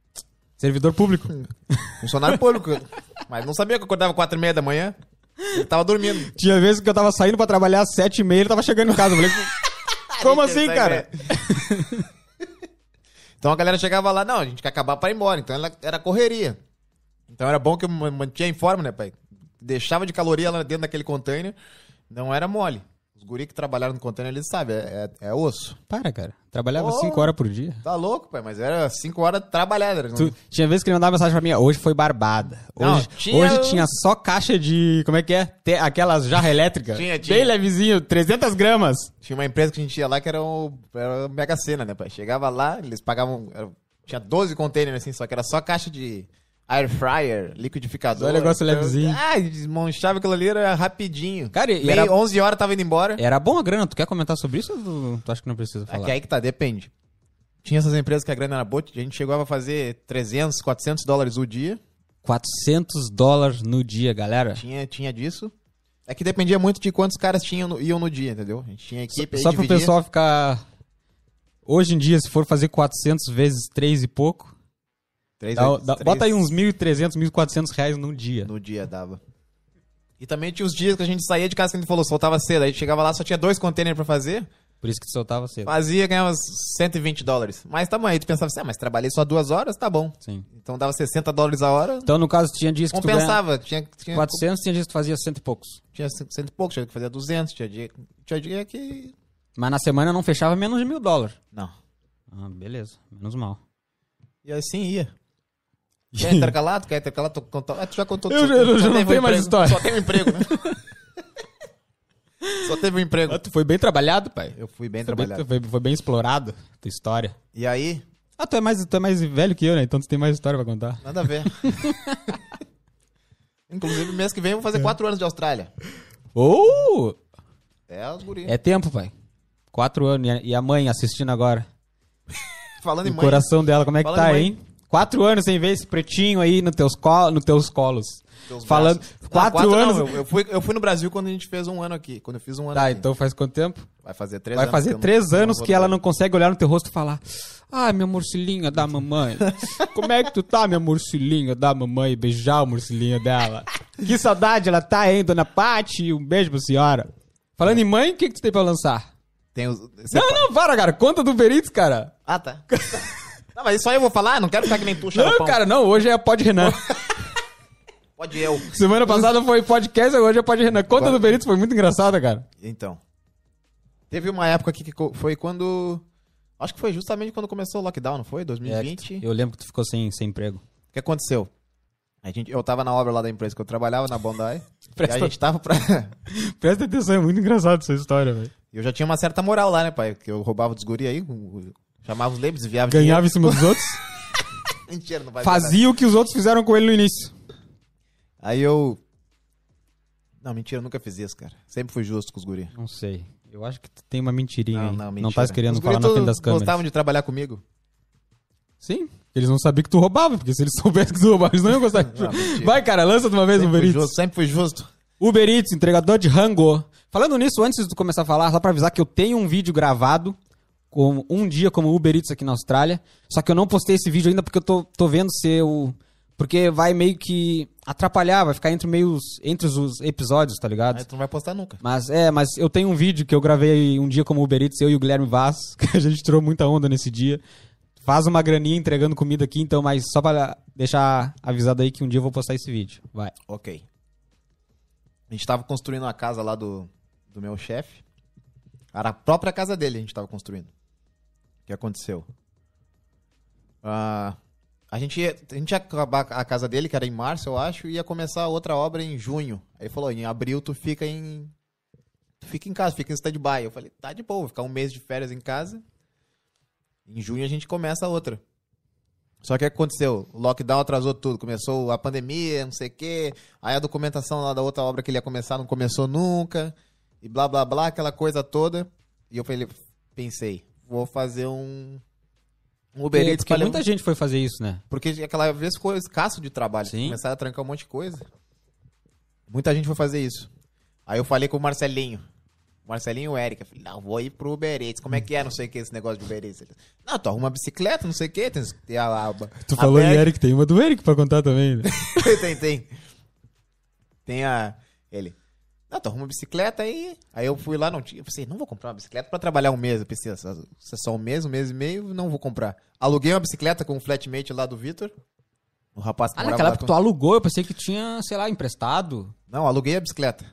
[laughs] Servidor público. Funcionário público. Mas não sabia que eu acordava quatro e meia da manhã. Ele tava dormindo. Tinha vezes que eu tava saindo pra trabalhar às sete e meia, ele tava chegando em casa. Eu falei, [laughs] como assim, né, cara? então a galera chegava lá, não, a gente quer acabar pra ir embora. Então ela- era correria. Então era bom que eu me mantinha em forma, né, pai? Deixava de caloria lá dentro daquele container. Não era mole. Os guri que trabalharam no container, eles sabem, é, é- é osso. Para, cara. Trabalhava Ô. cinco horas por dia. Tá louco, pai, mas era cinco horas trabalhadas. né? Tu- tinha vezes que ele mandava mensagem pra mim, hoje foi barbada. Não, Hoje, tinha um hoje o- tinha só caixa de, como é que é? Te- aquelas jarra elétrica. Tinha, tinha. Bem levezinho, 300 gramas. Tinha uma empresa que a gente ia lá que era o, era o Mega Sena, né, pai? Chegava lá, eles pagavam. era- tinha 12 containers assim, só que era só caixa de air fryer, liquidificador. Só negócio Então, levezinho. Ah, e desmanchava aquilo ali, era rapidinho. Cara, e Meio, era- 11 horas tava indo embora. Era bom a grana, tu quer comentar sobre isso ou tu, tu acha que não precisa É falar? que aí que tá, depende. Tinha essas empresas que a grana era boa, a gente chegava a fazer 300, 400 dólares o dia. 400 dólares no dia, galera. Tinha, tinha disso. É que dependia muito de quantos caras tinham no- iam no dia, entendeu? A gente tinha equipe aí, Só pro dividia. pessoal ficar... Hoje em dia, se for fazer 400 vezes 3 e pouco, Três- dá- dá- três- bota aí uns 1.300, 1.400 reais num dia. No dia dava. E também tinha os dias que a gente saía de casa que a gente falou, soltava cedo. Aí chegava lá, só tinha dois containers pra fazer. Por isso que tu soltava cedo. Fazia, ganhava uns 120 dólares. Mas tá bom, aí tu pensava assim, ah, mas trabalhei só duas horas, tá bom. Sim. Então dava 60 dólares a hora, Então, no caso, tinha dias que tu ganhava compensava. Tinha, tinha, 400, tinha dias que tu fazia cento e poucos. tinha cento e pouco, tinha que fazer 200, tinha dia, tinha dia que... Mas na semana não fechava menos de mil dólares. Não. Ah, beleza. Menos mal. E assim [laughs] ia. Quer intercalado? Quer intercalado? Tu, contou- ah, tu já contou Eu só- já- eu só já não teve um tenho mais emprego. história. Só tem um emprego, né? [laughs] só teve um emprego. Ah, tu foi bem trabalhado, pai. Eu fui bem Foi bem, trabalhado. foi- foi bem explorado a tua história. E aí, Ah, tu é, mais, tu é mais velho que eu, né? Então tu tem mais história pra contar. Nada a ver. [laughs] Inclusive, mês que vem eu vou É. fazer quatro anos de Austrália. Ou! É, os guri. É tempo, pai. Quatro anos. E a- E a mãe assistindo agora. Falando em O mãe, coração dela, como é que Fala tá, de mãe. hein? Quatro anos sem ver esse pretinho aí nos teus, col no teus colos. teus Falando. braços. Não, Quatro, não, anos. eu, eu fui, eu fui no Brasil quando a gente fez um ano aqui. Quando eu fiz um ano Tá, aqui. então faz quanto tempo? Vai fazer três Vai anos. fazer eu não- três eu não anos vou que ela trabalhar. não consegue olhar no teu rosto e falar: Ai, minha morcilinha da [laughs] mamãe. Como é que tu tá, minha morcilinha da mamãe? E Beijar o morcilinho dela. Que saudade ela tá, hein, dona Pati? Um beijo pra senhora. Falando em mãe, o que, que tu tem pra lançar? Tem os... você- tá- Não, não, para, cara. Conta do Uber Eats, cara. Ah, tá. [laughs] não, mas isso aí eu vou falar, não quero ficar que nem tu, Não, xaropão. [laughs] cara, não. Hoje é a Pod Renan. Pode eu. Semana passada foi podcast, hoje é pode Renan. Conta do Benito foi muito engraçada, cara. Então. Teve uma época aqui que co- foi quando. Acho que foi justamente quando começou o lockdown, não foi? 2020? Eu lembro É que tu ficou sem, sem emprego. O que aconteceu? A gente, eu tava na obra lá da empresa que eu trabalhava, na Bondi. e a [laughs] Presta- gente tava pra. Presta atenção, é muito engraçado essa história, velho. [laughs] eu já tinha uma certa moral lá, né, pai? Que eu roubava dos guri aí, o- o- chamava os lebres, desviava Ganhava em cima [laughs] dos outros, dinheiro. Mentira, não vai parar. fazia o que os outros fizeram com ele no início. Aí eu. Não, mentira, eu nunca fiz isso, cara. Sempre fui justo com os guri. Não sei. Eu acho que tu tem uma mentirinha aí. Não, mentira. tá querendo Os guri falar na todos frente das câmeras. gostavam de trabalhar comigo. Sim. Eles não sabiam que tu roubava, porque se eles [laughs] soubessem que tu roubava, eles não iam gostar. de Não, mentira. Vai, cara, lança de uma vez o Sempre Uber fui Eats. justo, sempre fui justo. Uber Eats, entregador de rango. Falando nisso, antes de tu começar a falar, só pra avisar que eu tenho um vídeo gravado com um dia como Uber Eats aqui na Austrália. Só que eu não postei esse vídeo ainda porque eu tô, tô vendo se eu... Porque vai meio que atrapalhar, vai ficar entre, meio os, entre os episódios, tá ligado? Aí tu não vai postar nunca. Mas é, mas eu tenho um vídeo que eu gravei um dia como Uber Eats, eu e o Guilherme Vaz, [laughs] que a gente tirou muita onda nesse dia. Faz uma graninha entregando comida aqui, então, mas só pra deixar avisado aí que um dia eu vou postar esse vídeo. Vai. Ok. A gente tava construindo a casa lá do, do meu chefe. Era a própria casa dele a gente tava construindo. O que aconteceu? Ah, a, gente ia, a gente ia acabar a casa dele, que era em março, eu acho, e ia começar outra obra em junho. Aí ele falou, em abril tu fica em... Tu fica em casa, fica em stand-by. Eu falei, tá de boa, vou ficar um mês de férias em casa. Em junho a gente começa a outra. Só que o que aconteceu? O lockdown atrasou tudo. Começou a pandemia, não sei o quê. Aí a documentação lá da outra obra que ele ia começar não começou nunca. E blá, blá, blá, aquela coisa toda. E eu falei, pensei, vou fazer um, um Uber Porque, é Eats pra muita gente foi fazer isso, né? porque aquela vez ficou escasso de trabalho. Sim. Começaram a trancar um monte de coisa. Muita gente foi fazer isso. Aí eu falei com o Marcelinho. Marcelinho e o Eric. Eu falei, não, vou ir pro Uber Eats. Como é que é? Não sei o que esse negócio de Uber Eats. Ele, não, tu arruma bicicleta, não sei o que. Tem tem a, a, Tu a falou em bag. Eric, tem uma do Eric pra contar também, né? [laughs] tem, tem. Tem a. Ele. Não, tu arruma bicicleta aí. Aí eu fui lá, não tinha. Eu pensei, não vou comprar uma bicicleta pra trabalhar um mês. Eu pensei, "Essa- se é só um mês, um mês e meio, não vou comprar. Aluguei uma bicicleta com um flatmate lá do Vitor. O rapaz que Ah, morava naquela lá época tu alugou, eu pensei que tinha, sei lá, emprestado. não, aluguei a bicicleta.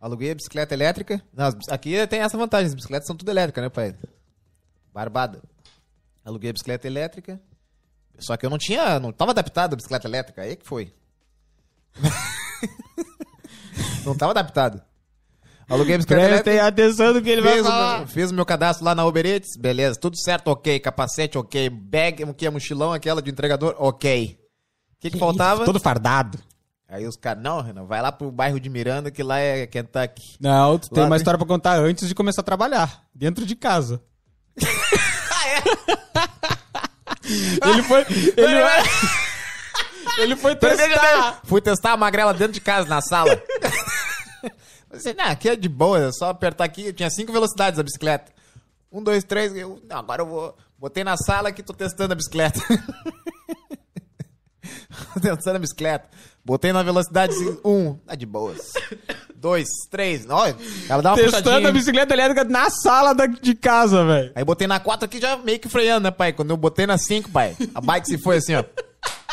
Aluguei a bicicleta elétrica. Não, as bici- aqui tem essa vantagem, as bicicletas são tudo elétrica, né, pai? Barbada. Aluguei a bicicleta elétrica. Só que eu não tinha, não tava adaptado a bicicleta elétrica, aí que foi. [laughs] não tava adaptado. Aluguei a bicicleta elétrica. atenção do que ele Fiz o, né? meu, fiz o meu cadastro lá na Uber Eats, beleza, tudo certo, ok. Capacete, ok. Bag, o que é mochilão, aquela de entregador, ok. O que, que faltava? Todo fardado. Aí os caras, não, Renan, vai lá pro bairro de Miranda, que lá é Kentucky. Não, tu tem Lá uma tem- história pra contar antes de começar a trabalhar. Dentro de [laughs] casa. Ah, é? ele foi. Ele, ele foi testar. Fui testar a magrela dentro de casa, na sala. [laughs] Você, não, aqui é de boa, é só apertar aqui. Eu tinha cinco velocidades a bicicleta. Um, dois, três, eu, não, agora eu vou. Botei na sala que tô testando a bicicleta. [laughs] testando a bicicleta. Botei na velocidade um, tá de boas. Dois, três, ó, ela dá uma Testando puxadinha. a bicicleta elétrica na sala da- de casa, velho. Aí botei na 4 aqui já meio que freando, né, pai? Quando eu botei na 5, pai, a bike se foi assim, ó.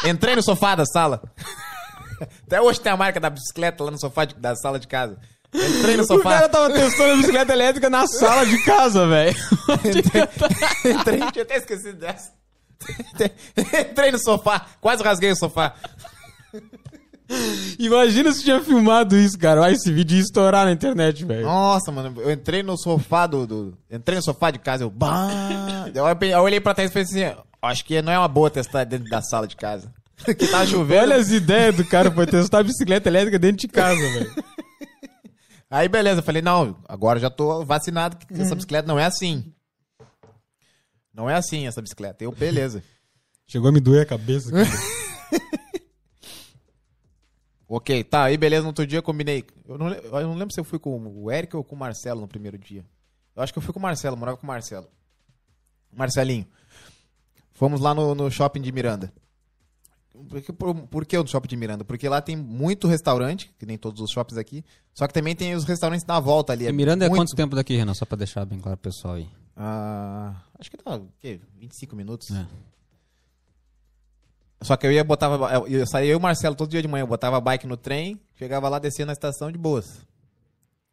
Entrei no sofá da sala. [laughs] Até hoje tem a marca da bicicleta lá no sofá de- da sala de casa. Entrei no O cara sofá. tava testando a bicicleta elétrica na sala de casa, velho. [laughs] Entrei, tinha até esquecido dessa. [laughs] Entrei no sofá, quase rasguei o sofá. Imagina se tinha filmado isso, cara. Vai, esse vídeo ia estourar na internet, velho. Nossa, mano, eu entrei no sofá do. do- entrei no sofá de casa, eu. Bah! Eu, olhei- eu olhei pra trás e pensei assim: acho que não é uma boa testar dentro da sala de casa. [laughs] que tá chovendo. Olha as ideias do cara, foi testar a bicicleta elétrica dentro de casa, velho. Aí beleza, eu falei, não, agora já tô vacinado que essa bicicleta não é assim. Não é assim essa bicicleta. Eu, beleza. [laughs] Chegou a me doer a cabeça. Cara. ok, tá, aí beleza, no outro dia eu combinei. Eu não, le- eu não lembro se eu fui com o Eric ou com o Marcelo no primeiro dia. Eu acho que eu fui com o Marcelo, morava com o Marcelo. Marcelinho. Fomos lá no, no shopping de Miranda. Por que, por, por que o shopping de Miranda? Porque lá tem muito restaurante, que nem todos os shoppings aqui. Só que também tem os restaurantes na volta ali. E Miranda é muito- quanto tempo daqui, Renan? Só pra deixar bem claro pro pessoal aí. Ah, acho que dá o quê? 25 minutos. É. Só que eu ia botava. Eu eu saía eu e o Marcelo todo dia de manhã, eu botava a bike no trem, chegava lá, descia na estação de boas.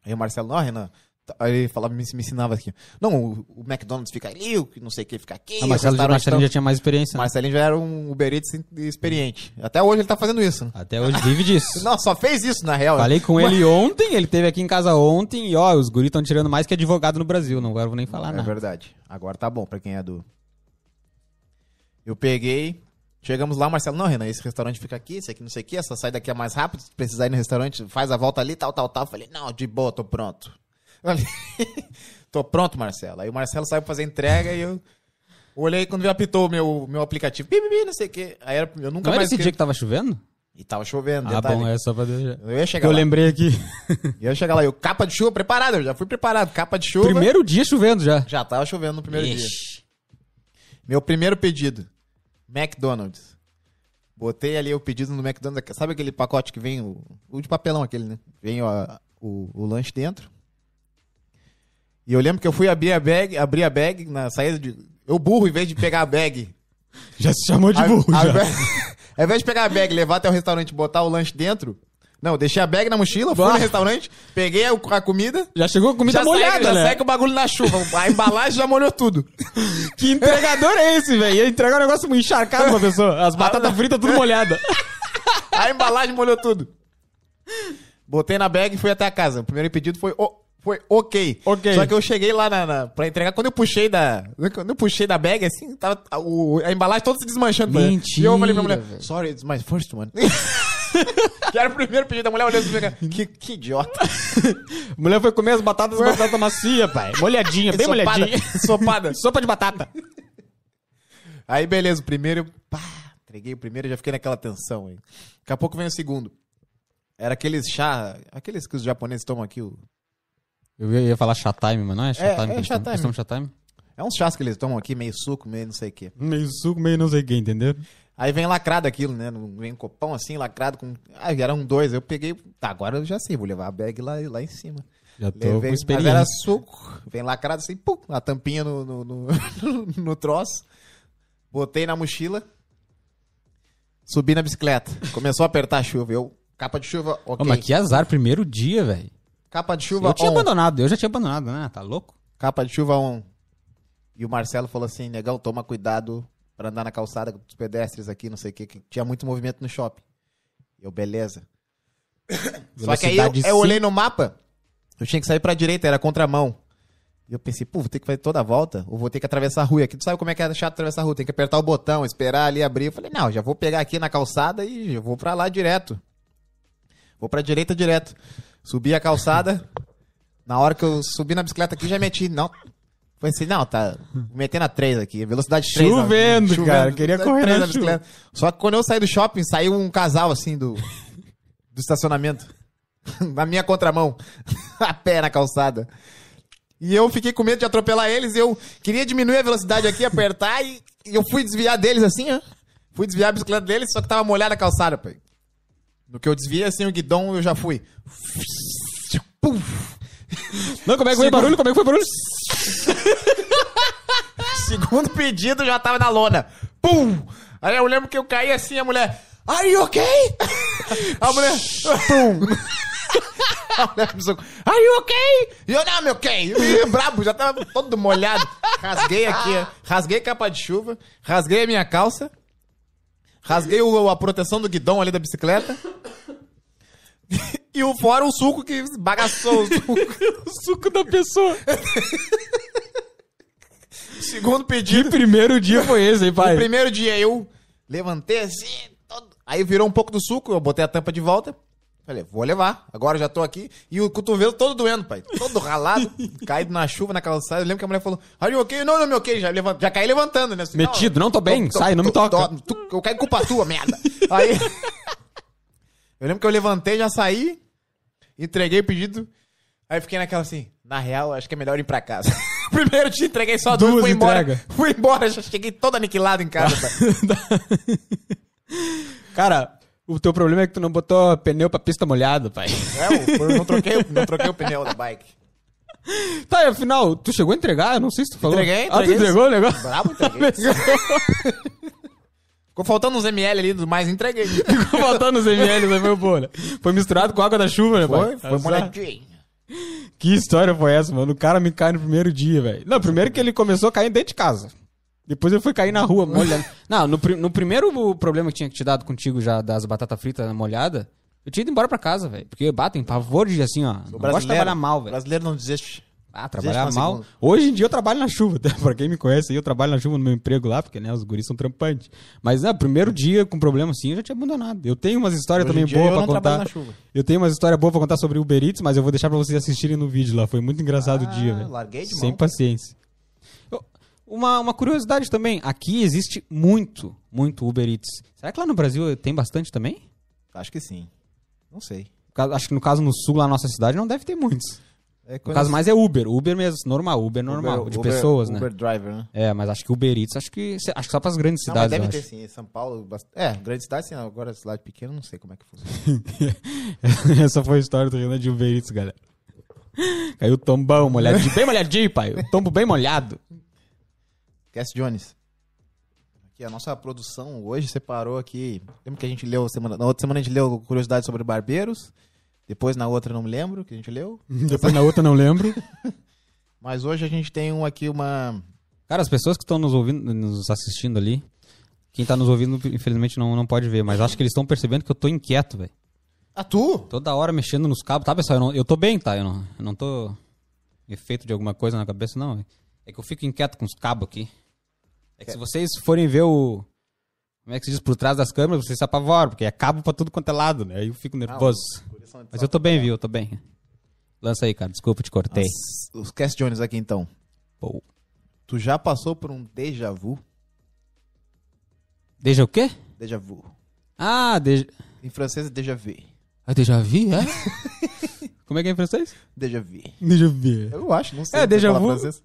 Aí o Marcelo, ó, Renan. tá- Aí ele falava, me, me ensinava aqui. Não, o, o McDonald's fica ali, o que não sei o que fica aqui. Ah, Marcelo, o restaurante Marcelinho tá- já tinha mais experiência. né? Marcelinho já era um Uber Eats experiente. Até hoje ele tá fazendo isso. Até hoje vive disso. Não, só fez isso, na real. Falei com ele ontem, ele teve aqui em casa ontem, e ó, os guris estão tirando mais que advogado no Brasil, não agora eu vou nem falar É nada. verdade. Agora tá bom pra quem é do. Eu peguei. Chegamos lá, o Marcelo. Não, Renan, esse restaurante fica aqui, esse aqui não sei o que, essa sai daqui é mais rápido. Se precisar ir no restaurante, faz a volta ali, tal, tal, tal. Falei, não, de boa, tô pronto. Eu Falei, [laughs] tô pronto, Marcelo. Aí o Marcelo saiu pra fazer entrega e eu. Olhei quando veio apitou o meu, meu aplicativo. Bi, bi, bi, não sei o que. Aí era- eu nunca Não era mais. esse esque- dia que tava chovendo? E tava chovendo, Ah, detalhe. bom, é só pra deixar. Eu ia chegar Eu lá. lembrei aqui. Eu ia chegar lá, eu capa de chuva preparado, eu já fui preparado, capa de chuva. Primeiro dia chovendo já. Já tava chovendo no primeiro dia. Ixi. Meu primeiro pedido, McDonald's. Botei ali o pedido no McDonald's. Sabe aquele pacote que vem, o, o de papelão aquele, né? Vem ó, o, o lanche dentro. E eu lembro que eu fui abrir a bag, abri a bag na saída de... Eu burro, em vez de pegar a bag. Já se chamou [laughs] de ao- burro ao, já. invés, ao invés de pegar a bag, levar até o restaurante, botar o lanche dentro... Não, eu deixei a bag na mochila, fui Bah. no restaurante, peguei a, a comida... Já chegou a comida já molhada, segue, já né? segue o bagulho na chuva. A embalagem já molhou tudo. Que entregador é esse, velho? Ia entregar um negócio encharcado pra pessoa. As batatas fritas tudo molhada. A embalagem molhou tudo. Botei na bag e fui até a casa. O primeiro pedido foi, o- foi ok. Ok. Só que eu cheguei lá na, na, pra entregar. Quando eu puxei da. Quando eu puxei da bag, assim, tava a, o- a embalagem toda se desmanchando. né? Mentira, E eu falei pra mulher, velho. sorry, it's my first one. [laughs] que era o primeiro pedido da mulher olhando pra mim, que, que idiota. A mulher foi comer as batatas, batata macia, pai. Molhadinha, bem Ensopada, molhadinha. ensopada. Sopa de batata. [laughs] Aí, beleza, o primeiro. Pá, entreguei o primeiro, já fiquei naquela tensão aí. Daqui a pouco vem o segundo. Era aqueles chá, aqueles que os japoneses tomam aqui, o Eu ia ia falar Shatime, mas não é Shatime. é que eles chamam. Shatime. Eles chamam Shatime? É uns chás que eles tomam aqui, meio suco, meio não sei o quê. Meio suco, meio não sei o que, entendeu? Aí vem lacrado aquilo, né? Num- Vem um copão assim, lacrado com. Ah, eram dois. Eu peguei. Tá, agora eu já sei, vou levar a bag lá, lá em cima. Já tô Levei, com mas era experiência. suco. Vem lacrado assim, pum, a tampinha no, no, no, [laughs] no troço. Botei na mochila. Subi na bicicleta. Começou a apertar a chuva. Eu, capa de chuva, Ô, ok. mas que azar, primeiro dia, velho. Capa de chuva, Eu tinha on. abandonado, eu já tinha abandonado, né? Tá louco? Capa de chuva on. E o Marcelo falou assim, negão, toma cuidado pra andar na calçada com os pedestres aqui, não sei o que, que tinha muito movimento no shopping. Eu, beleza. Só que aí eu, é Velocidade eu sim. olhei no mapa, eu tinha que sair pra direita, era contramão. E eu pensei, pô, vou ter que fazer toda a volta, ou vou ter que atravessar a rua. E Aqui tu sabe como é que é chato atravessar a rua, tem que apertar o botão, esperar ali abrir. Eu falei, não, já vou pegar aqui na calçada e eu vou pra lá direto. Vou pra direita direto. Subi a calçada, na hora que eu subi na bicicleta aqui, já meti, não... Pensei, não, tá metendo a 3 aqui, velocidade 3. Chovendo, cara, queria correr né, na chuva. Só que quando eu saí do shopping, saiu um casal, assim, do, do estacionamento. [laughs] na minha contramão. [laughs] a pé na calçada. E eu fiquei com medo de atropelar eles. Eu queria diminuir a velocidade aqui, apertar. E, e eu fui desviar deles assim, ó. Fui desviar a bicicleta deles, só que tava molhada a calçada, pai. No que eu desviei, assim, o guidão, eu já fui. Pum! Não, como é que foi o barulho? Como é que foi o barulho? Segundo pedido, já tava na lona. Pum! Aí eu lembro que eu caí assim, a mulher. Are you okay? A mulher. Pum! [laughs] A mulher me socou, Are you okay? E eu, não, meu quem? Brabo, já tava todo molhado. Rasguei aqui, ó. rasguei capa de chuva, rasguei a minha calça, rasguei o- a proteção do guidão ali da bicicleta. [laughs] E o fora o suco que bagaçou o suco. O suco da pessoa. [laughs] Segundo pedido. Que primeiro dia foi esse, hein, pai? No primeiro dia eu levantei assim, todo- aí virou um pouco do suco, eu botei a tampa de volta. Falei, vou levar, agora já tô aqui. E o cotovelo todo doendo, pai. Todo ralado, [laughs] caído na chuva, na calçada. Eu lembro que a mulher falou, are you ok? Não, não, meu ok. Já, levant... já caí levantando, né? Assim, Metido, não tô bem, sai, não me toca. [laughs] tu- eu caí culpa tua, merda. Aí... eu lembro que eu levantei, já saí, entreguei o pedido. Aí fiquei naquela assim, na real, acho que é melhor ir pra casa. [laughs] Primeiro dia entreguei só duas, Duas fui embora. entrega. Fui embora, já cheguei todo aniquilado em casa. [laughs] pai. Cara, o teu problema é que tu não botou pneu pra pista molhada, pai. [laughs] é, eu não troquei, o- não troquei o pneu da bike. Tá, e afinal, tu chegou a entregar? Eu não sei se tu falou. Entreguei, Ah, tu [laughs] entreguei. entregou o negócio? Bravo, entreguei. Ficou faltando uns ML ali, [laughs] mas entreguei. Ficou faltando os ml, mas foi boa, né? Foi misturado com água da chuva, né, Foi, pai? foi Azar. molhadinho. Que história foi essa, mano? O cara me cai no primeiro dia, velho. Não, primeiro que ele começou a cair dentro de casa. Depois eu fui cair na rua molhando. [laughs] Não, no, pri- no primeiro problema que tinha te dado contigo já das batatas fritas molhadas, eu tinha ido embora pra casa, velho. Porque batem pavor de assim, ó. Não gosto de trabalhar mal, velho. Brasileiro não desiste. Ah, trabalhar Existe uma mal. segunda. Hoje em dia eu trabalho na chuva, [laughs] tá? pra quem me conhece aí, eu trabalho na chuva no meu emprego lá, porque né, os guris são trampantes. Mas né, primeiro dia com problema assim, eu já tinha abandonado. Eu tenho umas histórias Hoje em também dia eu boas pra não trabalho contar. na chuva. Eu tenho umas histórias boas pra contar sobre Uber Eats, mas eu vou deixar pra vocês assistirem no vídeo lá. Foi muito engraçado Ah, o dia, velho. larguei de mão. Sem paciência. Eu- Uma, uma curiosidade também, aqui existe muito, muito Uber Eats. Será que lá no Brasil tem bastante também? Acho que sim. Não sei. Ca- Acho que no caso no sul, lá na nossa cidade, não deve ter muitos. É No coisa- caso mais é Uber, Uber mesmo, normal, Uber normal, Uber- de Uber- pessoas, né? Uber driver, né? É, mas acho que Uber Eats, acho que, se- acho que só pras grandes Não, mas cidades, deve eu ter acho. sim. São Paulo. bast- É, grande cidade sim. Agora cidade pequena, não sei como é que funciona. [laughs] Essa foi a história do Renan de Uber Eats, galera. Caiu o tombão, molhadinho, bem molhadinho, pai. O tombo bem molhado. Cass Jones. Aqui, a nossa produção hoje separou aqui. Lembra que a gente leu semana. Na outra semana a gente leu Curiosidades sobre Barbeiros. Depois na outra não me lembro que a gente leu. Depois na outra não lembro. Mas hoje a gente tem um aqui uma. Cara, as pessoas que estão nos ouvindo, nos assistindo ali, quem tá nos ouvindo, infelizmente, não, não pode ver, mas acho que eles estão percebendo que eu tô inquieto, velho. Ah, tu? Toda hora mexendo nos cabos, tá, pessoal? Eu, não- eu tô bem, tá? Eu não, eu não tô efeito de alguma coisa na cabeça, não. véi. É que eu fico inquieto com os cabos aqui. É que se vocês forem ver o. Como é que se diz? Por trás das câmeras, vocês se apavoram, porque é cabo pra tudo quanto é lado, né? Aí eu fico nervoso. Mas eu tô bem, viu? Eu tô bem. Lança aí, cara. Desculpa, te cortei. Os Cass Jones aqui então. Pô. Tu já passou por um déjà vu? Deja o quê? Déjà vu. Ah, deja. Em francês é déjà vu. Ah, déjà vu, [laughs] é? Como é que é em francês? Déjà vu. Déjà vu. Eu acho, não sei. É, déjà falar vu. francês.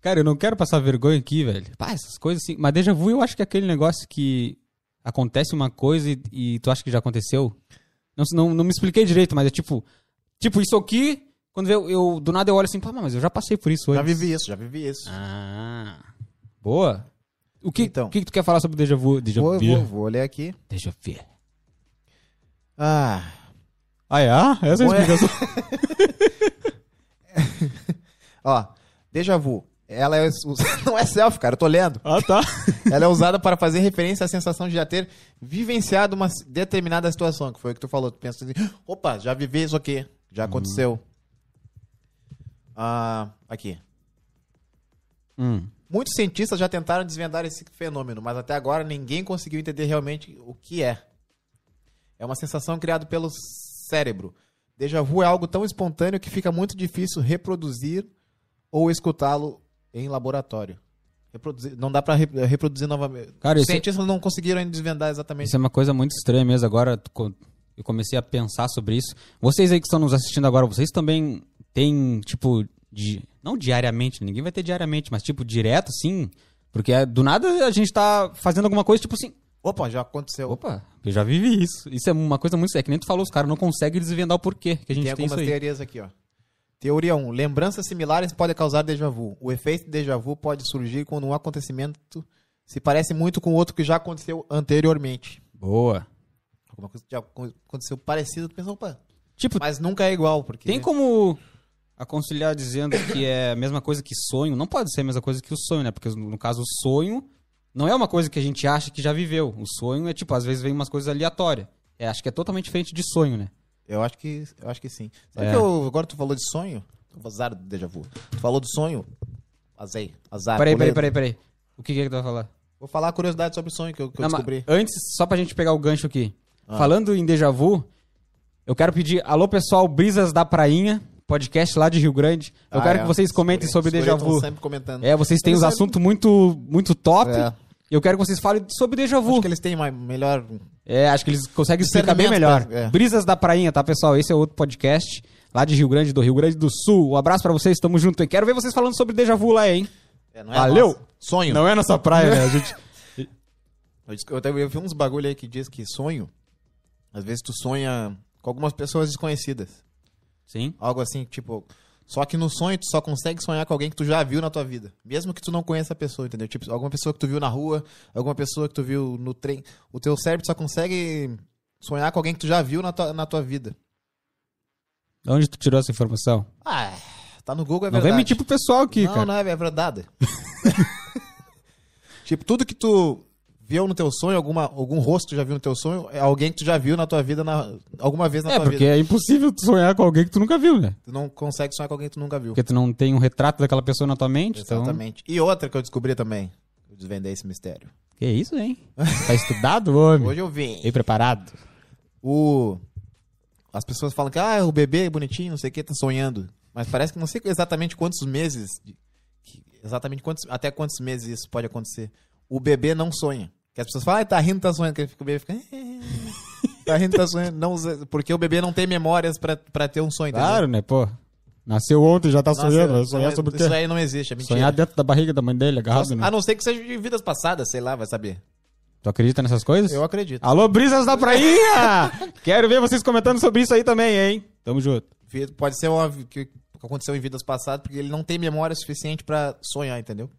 Cara, eu não quero passar vergonha aqui, velho. Pá, essas coisas assim. Mas déjà vu eu acho que é aquele negócio que acontece uma coisa e, e tu acha que já aconteceu. Não, não, não me expliquei direito, mas é tipo... Tipo, isso aqui... Quando eu, eu do nada eu olho assim, pá, mas eu já passei por isso hoje. Já vivi isso, já vivi isso. Ah, boa. O que, Então. o que, que tu quer falar sobre déjà vu? Déjà vou, vu. vou, vou olhar aqui. Déjà vu. Ah, Ah, é? Essa é a Ué. explicação. [laughs] ó. Déjà vu. Ela é. us- [laughs] Não é selfie, cara, eu tô lendo. ah, tá. Ela é usada para fazer referência à sensação de já ter vivenciado uma s- determinada situação, que foi o que tu falou. Tu pensa assim, opa, já vivi isso aqui, já aconteceu. Ah, aqui. Hum. Muitos cientistas já tentaram desvendar esse fenômeno, mas até agora ninguém conseguiu entender realmente o que é. É uma sensação criada pelo cérebro. Déjà vu é algo tão espontâneo que fica muito difícil reproduzir ou escutá-lo em laboratório. Reproduzir, não dá para reproduzir novamente. Cara, Os isso- cientistas não conseguiram ainda desvendar exatamente. Isso é uma coisa muito estranha mesmo. Agora tu co- eu comecei a pensar sobre isso. Vocês aí que estão nos assistindo agora, vocês também têm, tipo, de, não diariamente, ninguém vai ter diariamente, mas tipo, direto, assim. Porque é- do nada a gente tá fazendo alguma coisa, tipo assim, Opa, já aconteceu. opa, eu já vivi isso. Isso é uma coisa muito séria. Que nem tu falou, os caras não conseguem desvendar o porquê que a gente Tem tem, algumas isso aí. teorias aqui, ó. Teoria 1. Lembranças similares podem causar déjà vu. O efeito déjà vu pode surgir quando um acontecimento se parece muito com outro que já aconteceu anteriormente. Boa. Alguma coisa que já acon- aconteceu parecida, tu pensa, opa, Tipo, mas nunca é igual, porque... Tem como aconselhar dizendo que é a mesma coisa que sonho? Não pode ser a mesma coisa que o sonho, né? Porque no caso o sonho não é uma coisa que a gente acha que já viveu. O sonho é tipo, às vezes vem umas coisas aleatórias. É, acho que é totalmente diferente de sonho, né? Eu acho que, eu acho que sim. Sabe É. que eu, agora tu falou de sonho? Eu vou Azar do déjà vu. Tu falou do sonho? Azei, azar. peraí, peraí, pulei. peraí, peraí. O que que, é que tu vai falar? Vou falar a curiosidade sobre sonho que eu, que eu Não, mas descobri. Ah. Antes, só pra gente pegar o gancho aqui. Falando em déjà vu, eu quero pedir, alô pessoal, Brisas da Prainha, podcast lá de Rio Grande. Eu Ah, quero é. que vocês comentem Os sobre guri déjà tão vu. sempre comentando. É, vocês têm Eles os sabem- assuntos muito, muito top. É. Eu quero que vocês falem sobre déjà vu. Acho que eles têm uma melhor... É, acho que eles conseguem explicar bem Discernimento, melhor. é. Brisas da Prainha, tá, pessoal? Esse é outro podcast lá de Rio Grande, do Rio Grande do Sul. Um abraço pra vocês, tamo junto. E quero ver vocês falando sobre Deja Vu lá, hein? É, não é Valeu! nossa. Sonho. Não é nossa praia, né? A gente... Eu, disse- eu, até- eu vi uns bagulho aí que diz que sonho, às vezes tu sonha com algumas pessoas desconhecidas. [laughs] Sim. Algo assim, tipo, Só que no sonho tu só consegue sonhar com alguém que tu já viu na tua vida. Mesmo que tu não conheça a pessoa, entendeu? Tipo, alguma pessoa que tu viu na rua, alguma pessoa que tu viu no trem. O teu cérebro só consegue sonhar com alguém que tu já viu na tua, na tua vida. De onde tu tirou essa informação? Ah, tá no Google, é não verdade. vem mentir pro pessoal aqui, não, cara. não, é verdade. [laughs] tipo, tudo que tu viu no teu sonho, alguma, algum rosto que tu já viu no teu sonho, é alguém que tu já viu na tua vida, na, alguma vez na É, tua porque vida. é impossível tu sonhar com alguém que tu nunca viu, né? Tu não consegue sonhar com alguém que tu nunca viu. Porque tu não tem um retrato daquela pessoa na tua mente. Então... Exatamente. E outra que eu descobri também. Eu desvendei esse mistério. Que isso, hein? Tá estudado, homem? Hoje eu vim. Bem preparado? O... As pessoas falam que ah, o bebê é bonitinho, não sei o que, tá sonhando. Mas parece que não sei exatamente quantos meses. de- que- Exatamente quantos, até quantos meses isso pode acontecer. O bebê não sonha. Que as pessoas falam, ah, tá rindo, tá sonhando. Que ele fica, o bebê fica. "Eh". Tá rindo, tá sonhando. Não, porque o bebê não tem memórias pra, pra ter um sonho. entendeu? Claro, né, pô? Nasceu ontem, já tá Nossa, sonhando. vai isso sonhar aí- sobre o quê? Isso aí não existe, é mentira. ah, Sonhar dentro da barriga da mãe dele, agarrado, né? A não ser que seja de vidas passadas, sei lá, vai saber. Tu acredita nessas coisas? Eu acredito. Alô, brisas da [laughs] prainha! Quero ver vocês comentando sobre isso aí também, hein? Tamo junto. Vi- Pode ser uma vi- que aconteceu em vidas passadas, porque ele não tem memória suficiente pra sonhar, entendeu?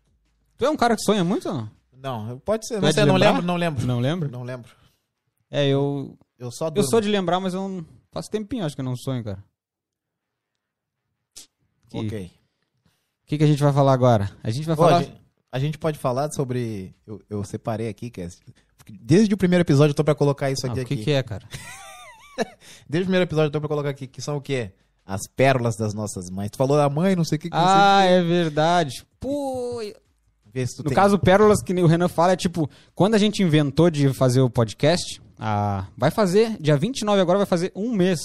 Tu é um cara que sonha muito ou não? Não, pode ser. Vai Não te sei, não lembrar? lembro, não lembro. Não lembra? Não lembro. É, eu. Eu só Eu durmo. sou de lembrar, mas eu não. Faz tempinho, acho que eu não sonho, cara. O que, Ok. que, que a gente vai falar agora? A gente vai Ó, falar. a, gente, a gente pode falar sobre... Eu, eu separei aqui, que é... porque Desde o primeiro episódio eu tô pra colocar isso Ah, tá aqui. o que, aqui. que é, [laughs] cara? Desde o primeiro episódio eu tô pra colocar aqui, que são o quê? As pérolas das nossas mães. Tu falou da mãe, não sei o que. que não sei o Ah, é verdade. Pô, que. Vê se tu No tem- caso, pérolas que nem o Renan fala é tipo, quando a gente inventou de fazer o podcast, ah, vai fazer, dia 29 agora vai fazer um mês.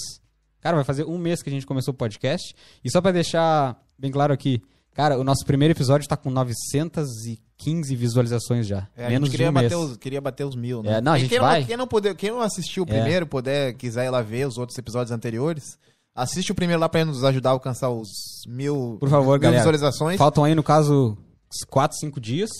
Cara, vai fazer um mês que a gente começou o podcast. E só pra deixar bem claro aqui, cara, o nosso primeiro episódio tá com 915 visualizações já. É, a menos de gente queria, um mês. bater os, queria bater os mil, né? É, não, a E gente quem vai. Não, quem, não puder, quem não assistiu o É. primeiro, puder, quiser ir lá ver os outros episódios anteriores, assiste o primeiro lá pra nos ajudar a alcançar os mil, Por favor, mil galera. visualizações. Faltam aí, no caso, 4, 5 dias,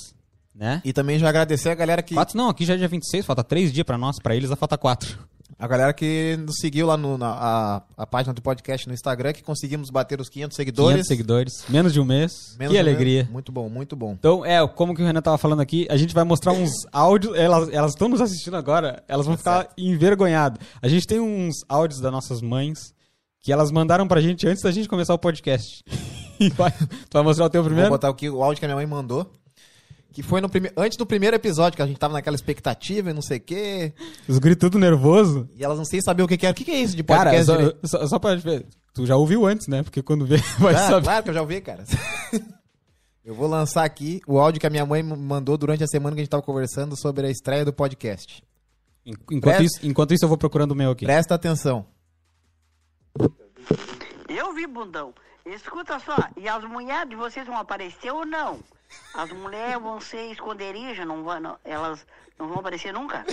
né? E também já agradecer a galera que 4 não, aqui já é dia 26, falta 3 dias pra nós, pra eles já falta 4. a galera que nos seguiu lá no, na a, a página do podcast no Instagram, que conseguimos bater os 500 seguidores. 500 seguidores, menos de um mês. Menos que ou menos. alegria. Muito bom, muito bom. Então, é, como que o Renan tava falando aqui, a gente vai mostrar uns [laughs] áudios, elas elas estão nos assistindo agora, elas Tá vão ficar envergonhadas. A gente tem uns áudios das nossas mães que elas mandaram pra gente antes da gente começar o podcast. [laughs] E vai, tu vai mostrar o teu primeiro? Vou botar aqui o áudio que a minha mãe mandou. Que foi no prime... antes do primeiro episódio, que a gente tava naquela expectativa e não sei o quê. Os gritos tudo nervoso. E elas não sei saber o que, que era. O que, que é isso de Cara, podcast? só, [laughs] direito? só, só pra gente ver, tu já ouviu antes, né? Porque quando vê, [laughs] vai Ah, saber. claro que eu já ouvi, cara. [laughs] eu vou lançar aqui o áudio que a minha mãe m- mandou durante a semana que a gente tava conversando sobre a estreia do podcast. En- Enquanto isso, enquanto isso, eu vou procurando o meu aqui. Presta atenção. Eu vi bundão. Escuta só, e as mulheres de vocês vão aparecer ou não? As mulheres vão ser esconderijo, não vão, não- elas não vão aparecer nunca?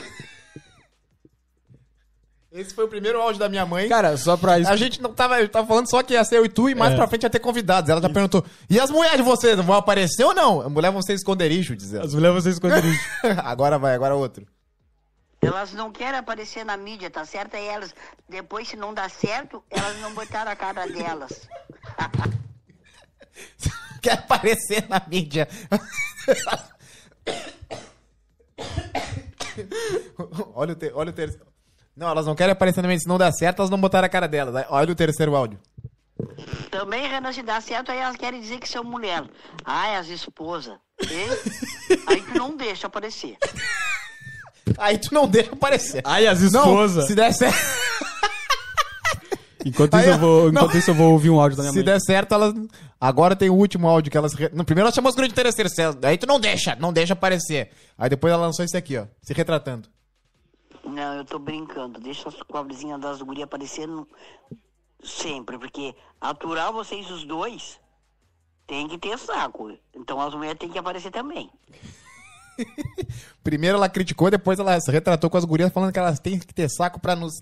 Esse foi o primeiro áudio da minha mãe. Cara, só pra isso. a gente não tava, eu tava falando só que ia ser eu e tu e mais É. pra frente ia ter convidados. Ela já perguntou: "E as mulheres de vocês vão aparecer ou não?" As mulheres vão ser esconderijo, diz [laughs] ela. As mulheres vocês esconderam. [laughs] agora vai, agora é outro. Elas não querem aparecer na mídia, tá certo? E elas, depois se não dá certo, elas não botaram a cara delas. Quer aparecer na mídia. [coughs] olha, o te- olha o terceiro. Não, elas não querem aparecer na mídia. Se não dá certo, elas não botaram a cara delas. Aí, Olha o terceiro áudio. Também, Renan, se dá certo, aí elas querem dizer que são mulher. Ai, as esposas. hein? Aí tu não deixa aparecer. Aí tu não deixa aparecer. Ai, as não, esposas. se der certo, Enquanto, isso, Aí, eu vou, não. enquanto isso, eu vou ouvir um áudio da minha se mãe. der certo, elas. Agora tem o último áudio que elas. re- No primeiro ela chamou as grandes de terceiro. certo? Aí tu não deixa, não deixa aparecer. Aí depois ela lançou esse aqui, ó. Se retratando. Não, eu tô brincando. Deixa as cobrezinhas das gurias aparecendo sempre, porque aturar vocês os dois tem que ter saco. Então as mulheres têm que aparecer também. Primeiro ela criticou, depois ela se retratou com as gurias falando que elas têm que ter saco pra nos,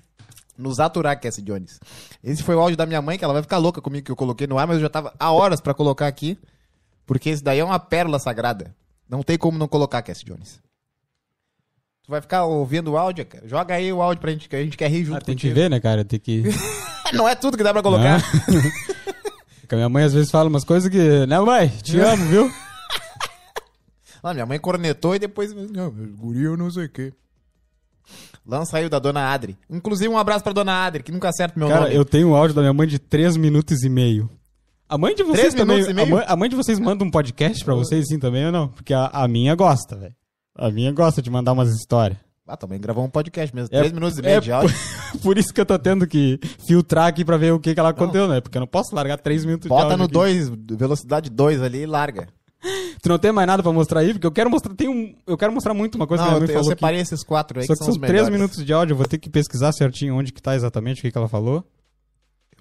nos aturar, Cassie Jones. Esse foi o áudio da minha mãe, que ela vai ficar louca comigo que eu coloquei no ar, mas eu já tava há horas pra colocar aqui. Porque esse daí é uma pérola sagrada. Não tem como não colocar, Cassie Jones. Tu vai ficar ouvindo o áudio, cara? Joga aí o áudio pra gente, que a gente quer rir junto Ah, tem que [laughs] contigo. ver, né, cara? Tem que. [laughs] Não é tudo que dá pra colocar. Porque a minha mãe às vezes fala umas coisas que. Né, mãe? Te amo, viu? Ah, minha mãe cornetou e depois. Não, meu guri, eu não sei o quê. Lan saiu da dona Adri. Inclusive, um abraço pra dona Adri, que nunca acerta meu Cara, nome. eu tenho um áudio da minha mãe de 3 minutos e meio. A mãe de vocês Três também. minutos e A meio? mãe, a mãe de vocês manda um podcast pra vocês sim também ou não? Porque a, a minha gosta, velho. A minha gosta de mandar umas histórias. Ah, também gravou um podcast mesmo. É- Três minutos e meio é de áudio. [laughs] Por isso que eu tô tendo que filtrar aqui pra ver o que, que ela conteúdo, né? Porque eu não posso largar 3 minutos de Bota áudio no aqui. 2, velocidade 2 ali e larga. Tu não tem mais nada pra mostrar aí? Porque eu quero mostrar. Tem um, eu quero mostrar muito uma coisa que não, a minha mãe eu, te- eu falou. aqui. separei esses quatro aí Só que, que são são os melhores. 3 minutos de áudio, eu vou ter que pesquisar certinho onde que tá exatamente o que, que ela falou.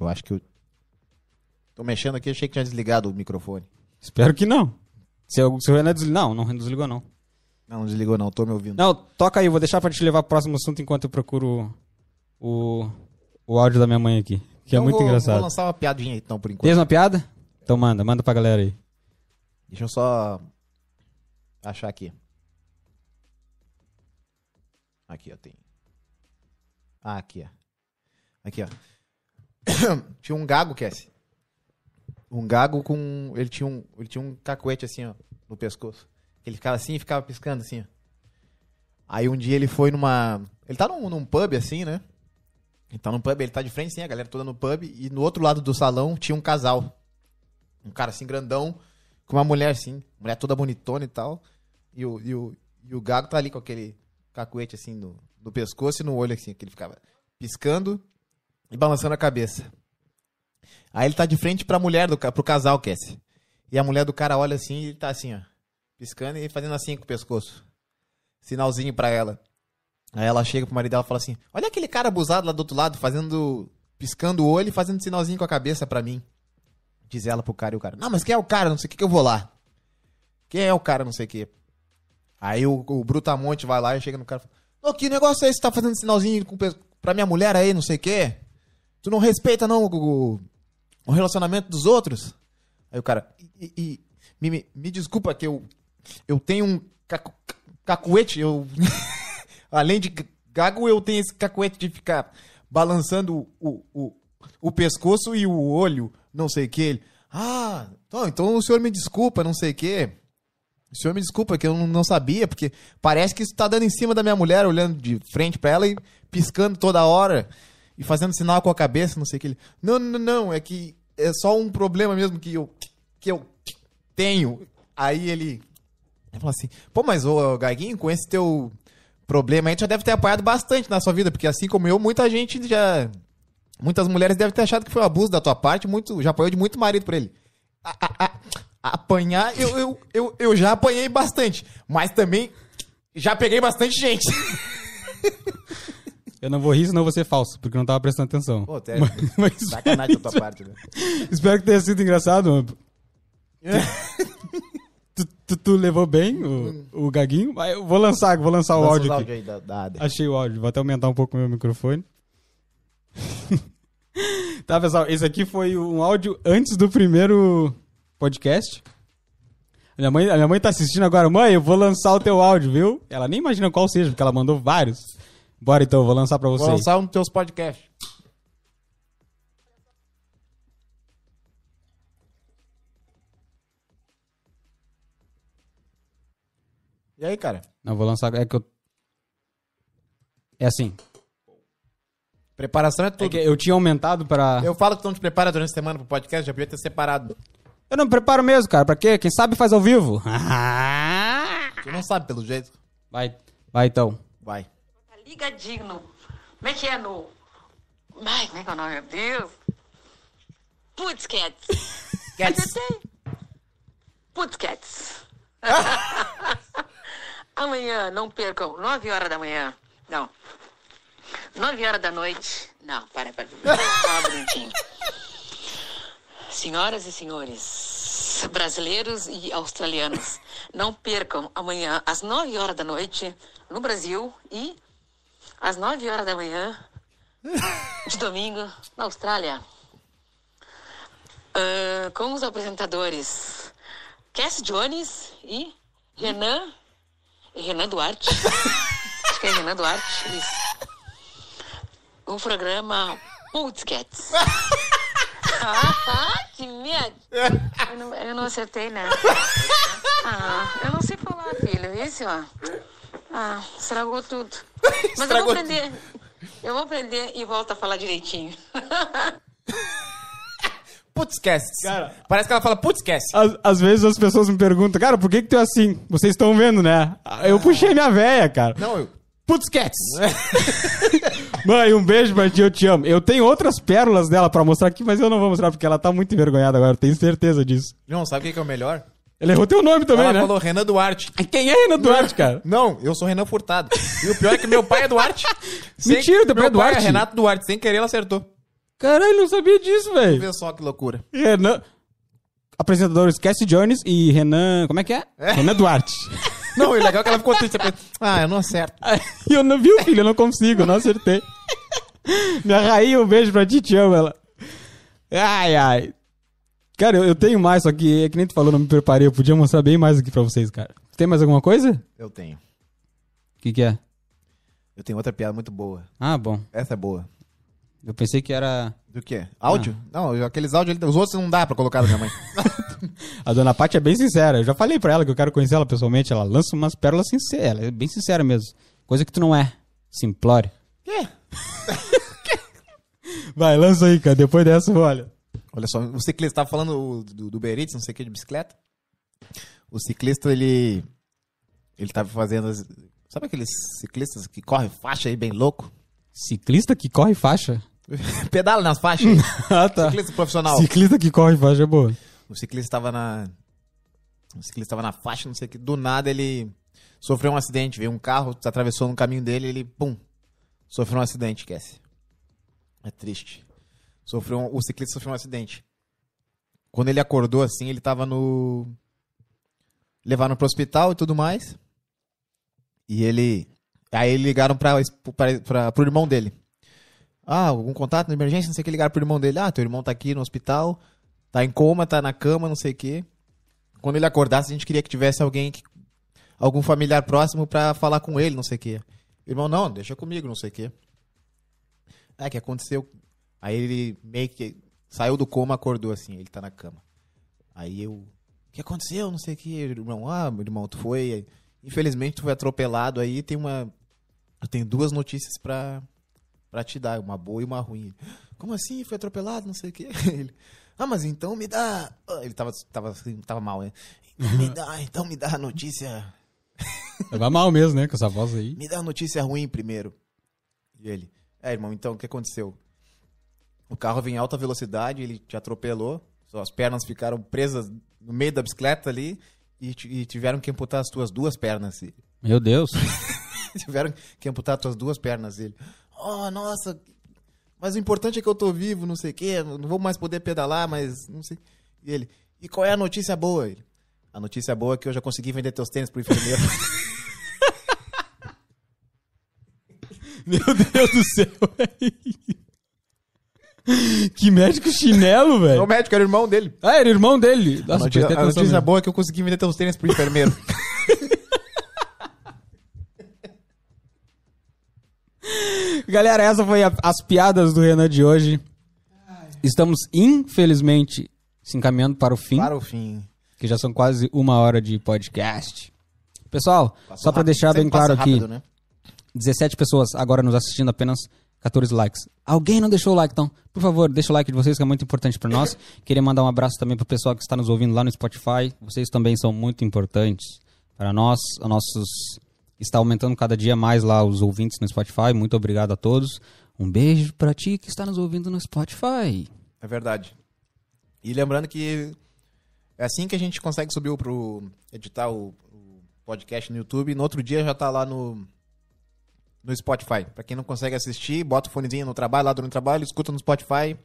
Eu acho que eu... Tô mexendo aqui, achei que tinha desligado o microfone. Espero que não. Se, eu, se o Renan desligou. Não, não desligou, não. Não, não desligou não, tô me ouvindo. Não, toca aí, vou deixar pra te levar pro próximo assunto enquanto eu procuro o, o, o áudio da minha mãe aqui. Que é Então muito vou, engraçado. Vou lançar uma piadinha aí, então, por enquanto. Tem uma piada? Então manda, manda pra galera aí. Deixa eu só achar aqui. Aqui, ó, tem. Ah, aqui, ó. Aqui, ó. [coughs] tinha um gago, Cassie. Um gago com... Ele tinha um, ele tinha um cacuete assim, ó, no pescoço. Ele ficava assim e ficava piscando assim, ó. Aí um dia ele foi numa... Ele tá num, num pub assim, né? Ele tá num pub, ele tá de frente, sim, a galera toda no pub. E no outro lado do salão tinha um casal. Um cara assim, grandão, com uma mulher assim, mulher toda bonitona e tal. E o, e o, e o gago tá ali com aquele cacuete assim no, no pescoço e no olho assim, que ele ficava piscando e balançando a cabeça. Aí ele tá de frente pra mulher do ca- pro casal, Cassie. E a mulher do cara olha assim e ele tá assim, ó, piscando e fazendo assim com o pescoço. Sinalzinho pra ela. Aí ela chega pro marido dela e fala assim: "Olha aquele cara abusado lá do outro lado, fazendo piscando o olho e fazendo sinalzinho com a cabeça pra mim". Diz ela pro cara e o cara. Não, mas quem é o cara? Não sei o que que eu vou lá. Quem é o cara? Não sei o que. Aí o, o Brutamonte vai lá e chega no cara e fala: Ô, que negócio é esse? Tá fazendo sinalzinho com, pe- pra minha mulher aí, não sei o que. Tu não respeita, não, o, o relacionamento dos outros? Aí o cara. "E- e- e- me, me, me desculpa que eu. Eu tenho um cacu, cacuete. Eu. Além de gago, eu tenho esse cacuete de ficar balançando o, o, o pescoço e o olho, não sei o que. Ele, ah, então, então o senhor me desculpa, não sei o que. O senhor me desculpa, que eu não- não sabia, porque parece que isso tá dando em cima da minha mulher, olhando de frente pra ela e piscando toda hora e fazendo sinal com a cabeça, não sei o que. Ele, não, não, não, é que é só um problema mesmo que eu, que eu tenho. Aí ele ele falou assim: pô, mas ô Gaguinho, com esse teu problema aí, tu já deve ter apanhado bastante na sua vida, porque assim como eu, muita gente já. Muitas mulheres devem ter achado que foi um abuso da tua parte, muito, já apanhou de muito marido por ele. A- a- a- apanhar, eu, eu, eu, eu já apanhei bastante, mas também já peguei bastante gente. Eu não vou rir, senão eu vou ser falso, porque eu não tava prestando atenção. Pô, [laughs] até- [laughs] Mas- mas- Sacanagem da tua parte, né? [laughs] Espero que tenha sido engraçado. mano. é Tu, tu- tu levou bem o, o gaguinho? Mas Eu vou lançar, vou lançar o Lança os áudio aqui. áudios aí da- da Adri. Achei o áudio, vou até aumentar um pouco o meu microfone. [laughs] tá, pessoal, esse aqui foi um áudio antes do primeiro podcast. A minha, mãe, a minha mãe tá assistindo agora. Mãe, eu vou lançar o teu áudio, viu? Ela nem imagina qual seja, porque ela mandou vários. Bora então, eu vou lançar pra Vou vocês. lançar um dos teus podcasts. E aí, cara? Não, vou lançar. É que eu. É assim. Preparação é É tudo. que eu tinha aumentado pra. Eu falo que tu não te prepara durante a semana pro podcast, já podia ter separado. Eu não me preparo mesmo, cara. Pra quê? Quem sabe faz ao vivo. [laughs] Tu não sabe, pelo jeito. Vai, vai então. Vai. Liga Digno. Como é que é no. Ai, como é que é o nome? Meu Deus. Putz, Cats. Cats. Putz, Cats. Amanhã, não percam. 9 horas da manhã. Não. 9 horas da noite. Não, para, para. Só um minutinho. Senhoras e senhores, brasileiros e australianos, não percam amanhã às 9 horas da noite no Brasil e às 9 horas da manhã de domingo na Austrália. Ah, com os apresentadores Cass Jones e Renan. Renan Duarte. Acho que é Renan Duarte. Isso. O programa Putz Cats. Ah, que medo! Eu não, eu não acertei nada. Ah, eu não sei falar, filho. Esse, ó. Ah, estragou tudo. Mas Estragou eu vou aprender. Eu vou aprender e volto a falar direitinho. [laughs] Putz, esquece. Cara. Parece que ela fala, putz, esquece. Às, às vezes as pessoas me perguntam, cara, por que que tu é assim? Vocês estão vendo, né? Eu puxei minha véia, cara. Não, eu... Putz, cats. [laughs] Mãe, um beijo pra ti, eu te amo. Eu tenho outras pérolas dela pra mostrar aqui, mas eu não vou mostrar porque ela tá muito envergonhada agora, eu tenho certeza disso. Não, sabe o que que é o melhor? Ela errou teu nome também, ela né? falou Renan Duarte. Quem é Renan Duarte, cara? Não, eu sou Renan Furtado. E o pior é que meu pai é Duarte. [laughs] Mentira, teu meu pai é Duarte? é Renato Duarte. Sem querer, ela acertou. Caralho, não sabia disso, velho. Vê só que loucura. Renan. Apresentador Esquece Jones e Renan. Como é que é? Renan Duarte. Não, e o legal é que ela ficou triste. Ela pensou, Ah, eu não acerto. E eu não vi o filho, eu não consigo, eu não acertei. Minha rainha, um beijo pra ti, te amo ela. Ai, ai. Cara, eu, eu tenho mais, só que é que nem tu falou, não me preparei. Eu podia mostrar bem mais aqui pra vocês, cara. Tem mais alguma coisa? Eu tenho. O que, que é? Eu tenho outra piada muito boa. Ah, bom. Essa é boa. Eu pensei que era. Do quê? Áudio? Não, aqueles áudios, ali- os outros não dá pra colocar da minha mãe. A dona Paty é bem sincera. Eu já falei pra ela que eu quero conhecer ela pessoalmente. Ela lança umas pérolas sinceras. Ela é bem sincera mesmo. Coisa que tu não é. Simplório. [laughs] Quê? Vai, lança aí, cara. Depois dessa, olha. Olha só, o ciclista tava falando o- do, do Beritz, não sei o que, de bicicleta. O ciclista, ele. Ele tava fazendo. as- Sabe aqueles ciclistas que correm faixa aí bem louco? [laughs] Ciclista que corre faixa. [laughs] Pedala nas faixas. [laughs] ah, tá. ciclista profissional. Ciclista que corre faixa é boa. O ciclista tava na. O ciclista tava na faixa, não sei o que. Do nada ele sofreu um acidente, veio um carro, atravessou no caminho dele ele, pum, sofreu um acidente, esquece. É triste. Sofreu um- O ciclista sofreu um acidente. Quando ele acordou assim, ele tava no. Levaram pro hospital e tudo mais. E ele. Aí ligaram pra, es- pra, pra, pro irmão dele. Ah, algum contato de emergência? Não sei o que. Ligaram pro irmão dele. Ah, teu irmão tá aqui no hospital. Tá em coma, tá na cama, não sei o quê. Quando ele acordasse, a gente queria que tivesse alguém, que- algum familiar próximo pra falar com ele, não sei o quê. Irmão, não, deixa comigo, não sei o quê. Ah, que aconteceu. Aí ele meio que saiu do coma, acordou assim, ele tá na cama. Aí eu, o que aconteceu, não sei o quê, irmão. Ah, meu irmão, tu foi, infelizmente tu foi atropelado aí, tem uma, eu tenho duas notícias pra, pra te dar, uma boa e uma ruim. Como assim? Foi atropelado, não sei o quê. [laughs] Ele, ah, mas então me dá. Ah, Ele tava, tava, assim, tava mal, né? Então me dá, então me dá a notícia. Vai mal mesmo, né? Com essa voz aí. Me dá a notícia ruim primeiro. E ele, é, irmão, então o que aconteceu? O carro vinha em alta velocidade, ele te atropelou, suas pernas ficaram presas no meio da bicicleta ali e, ti- e tiveram que amputar as tuas duas pernas. E- Meu Deus. [laughs] Tiveram que amputar tuas duas pernas dele. Oh, nossa, mas o importante é que eu tô vivo, não sei o quê, não vou mais poder pedalar, mas não sei. E ele, e qual é a notícia boa? Ele, a notícia boa é que eu já consegui vender teus tênis pro enfermeiro. [laughs] Meu Deus do [laughs] céu. que médico [laughs] chinelo, [laughs] É o velho. médico, era o irmão dele. Ah, era irmão dele. A Nossa, notícia, prestei a atenção notícia mesmo. boa é que eu consegui vender teus tênis pro enfermeiro. Galera, essa foi a- as piadas do Renan de hoje. Estamos, infelizmente, se encaminhando para o fim, para o fim. que já são quase uma hora de podcast. Pessoal, só para rápido. deixar Sempre bem claro passa aqui, rápido, né? 17 pessoas agora nos assistindo, apenas 14 likes. Alguém não deixou o like, então, por favor, deixa o like de vocês, que é muito importante pra nós. Queria mandar um abraço também pro pessoal que está nos ouvindo lá no Spotify. Vocês também são muito importantes para nós. Os nossos está aumentando cada dia mais lá os ouvintes no Spotify. Muito obrigado a todos. Um beijo pra ti que está nos ouvindo no Spotify. É verdade. E lembrando que é assim que a gente consegue subir o- pro editar o, o podcast no YouTube. No outro dia já tá lá no no Spotify. Pra quem não consegue assistir, bota o fonezinho no trabalho, lá durante o trabalho, escuta no Spotify.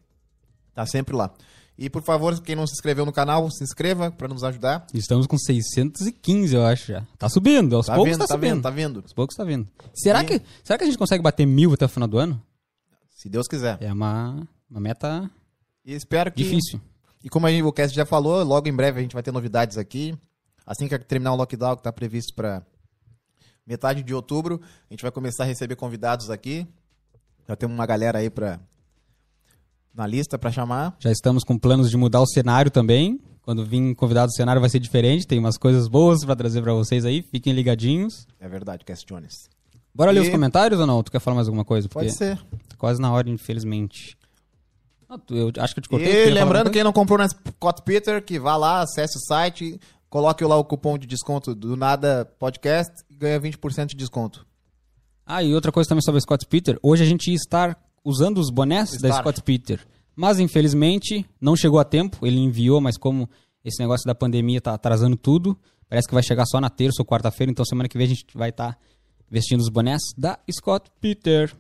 Tá sempre lá. E por favor, quem não se inscreveu no canal, se inscreva pra nos ajudar. Estamos com 615, eu acho já. Tá subindo, aos Tá poucos vendo, tá, tá subindo. vendo, tá vendo. Aos poucos tá vindo. Será que, será que a gente consegue bater mil até o final do ano? Se Deus quiser. É uma, uma meta E espero que difícil. E como a gente, o Cast já falou, logo em breve a gente vai ter novidades aqui. Assim que terminar o lockdown, que está previsto para metade de outubro, a gente vai começar a receber convidados aqui. Já temos uma galera aí para na lista pra chamar. Já estamos com planos de mudar o cenário também. Quando vir convidado, o cenário vai ser diferente. Tem umas coisas boas pra trazer pra vocês aí. Fiquem ligadinhos. É verdade, Cass Jones. Bora ler E- os comentários ou não? Tu quer falar mais alguma coisa? Pode Porque ser. tá quase na hora, infelizmente. Ah, tu- eu acho que eu te cortei. tu E queria falar lembrando, alguma coisa? quem não comprou na Scott Peter, que vá lá, acesse o site, coloque lá o cupom de desconto do Nada Podcast e ganha 20% de desconto. Ah, e outra coisa também sobre a Scott Peter. Hoje a gente ia estar usando os bonés da Estar. Scott Peter. Mas, infelizmente, não chegou a tempo. Ele enviou, mas como esse negócio da pandemia tá atrasando tudo, parece que vai chegar só na terça ou quarta-feira. Então, semana que vem a gente vai estar vestindo os bonés da Scott Peter.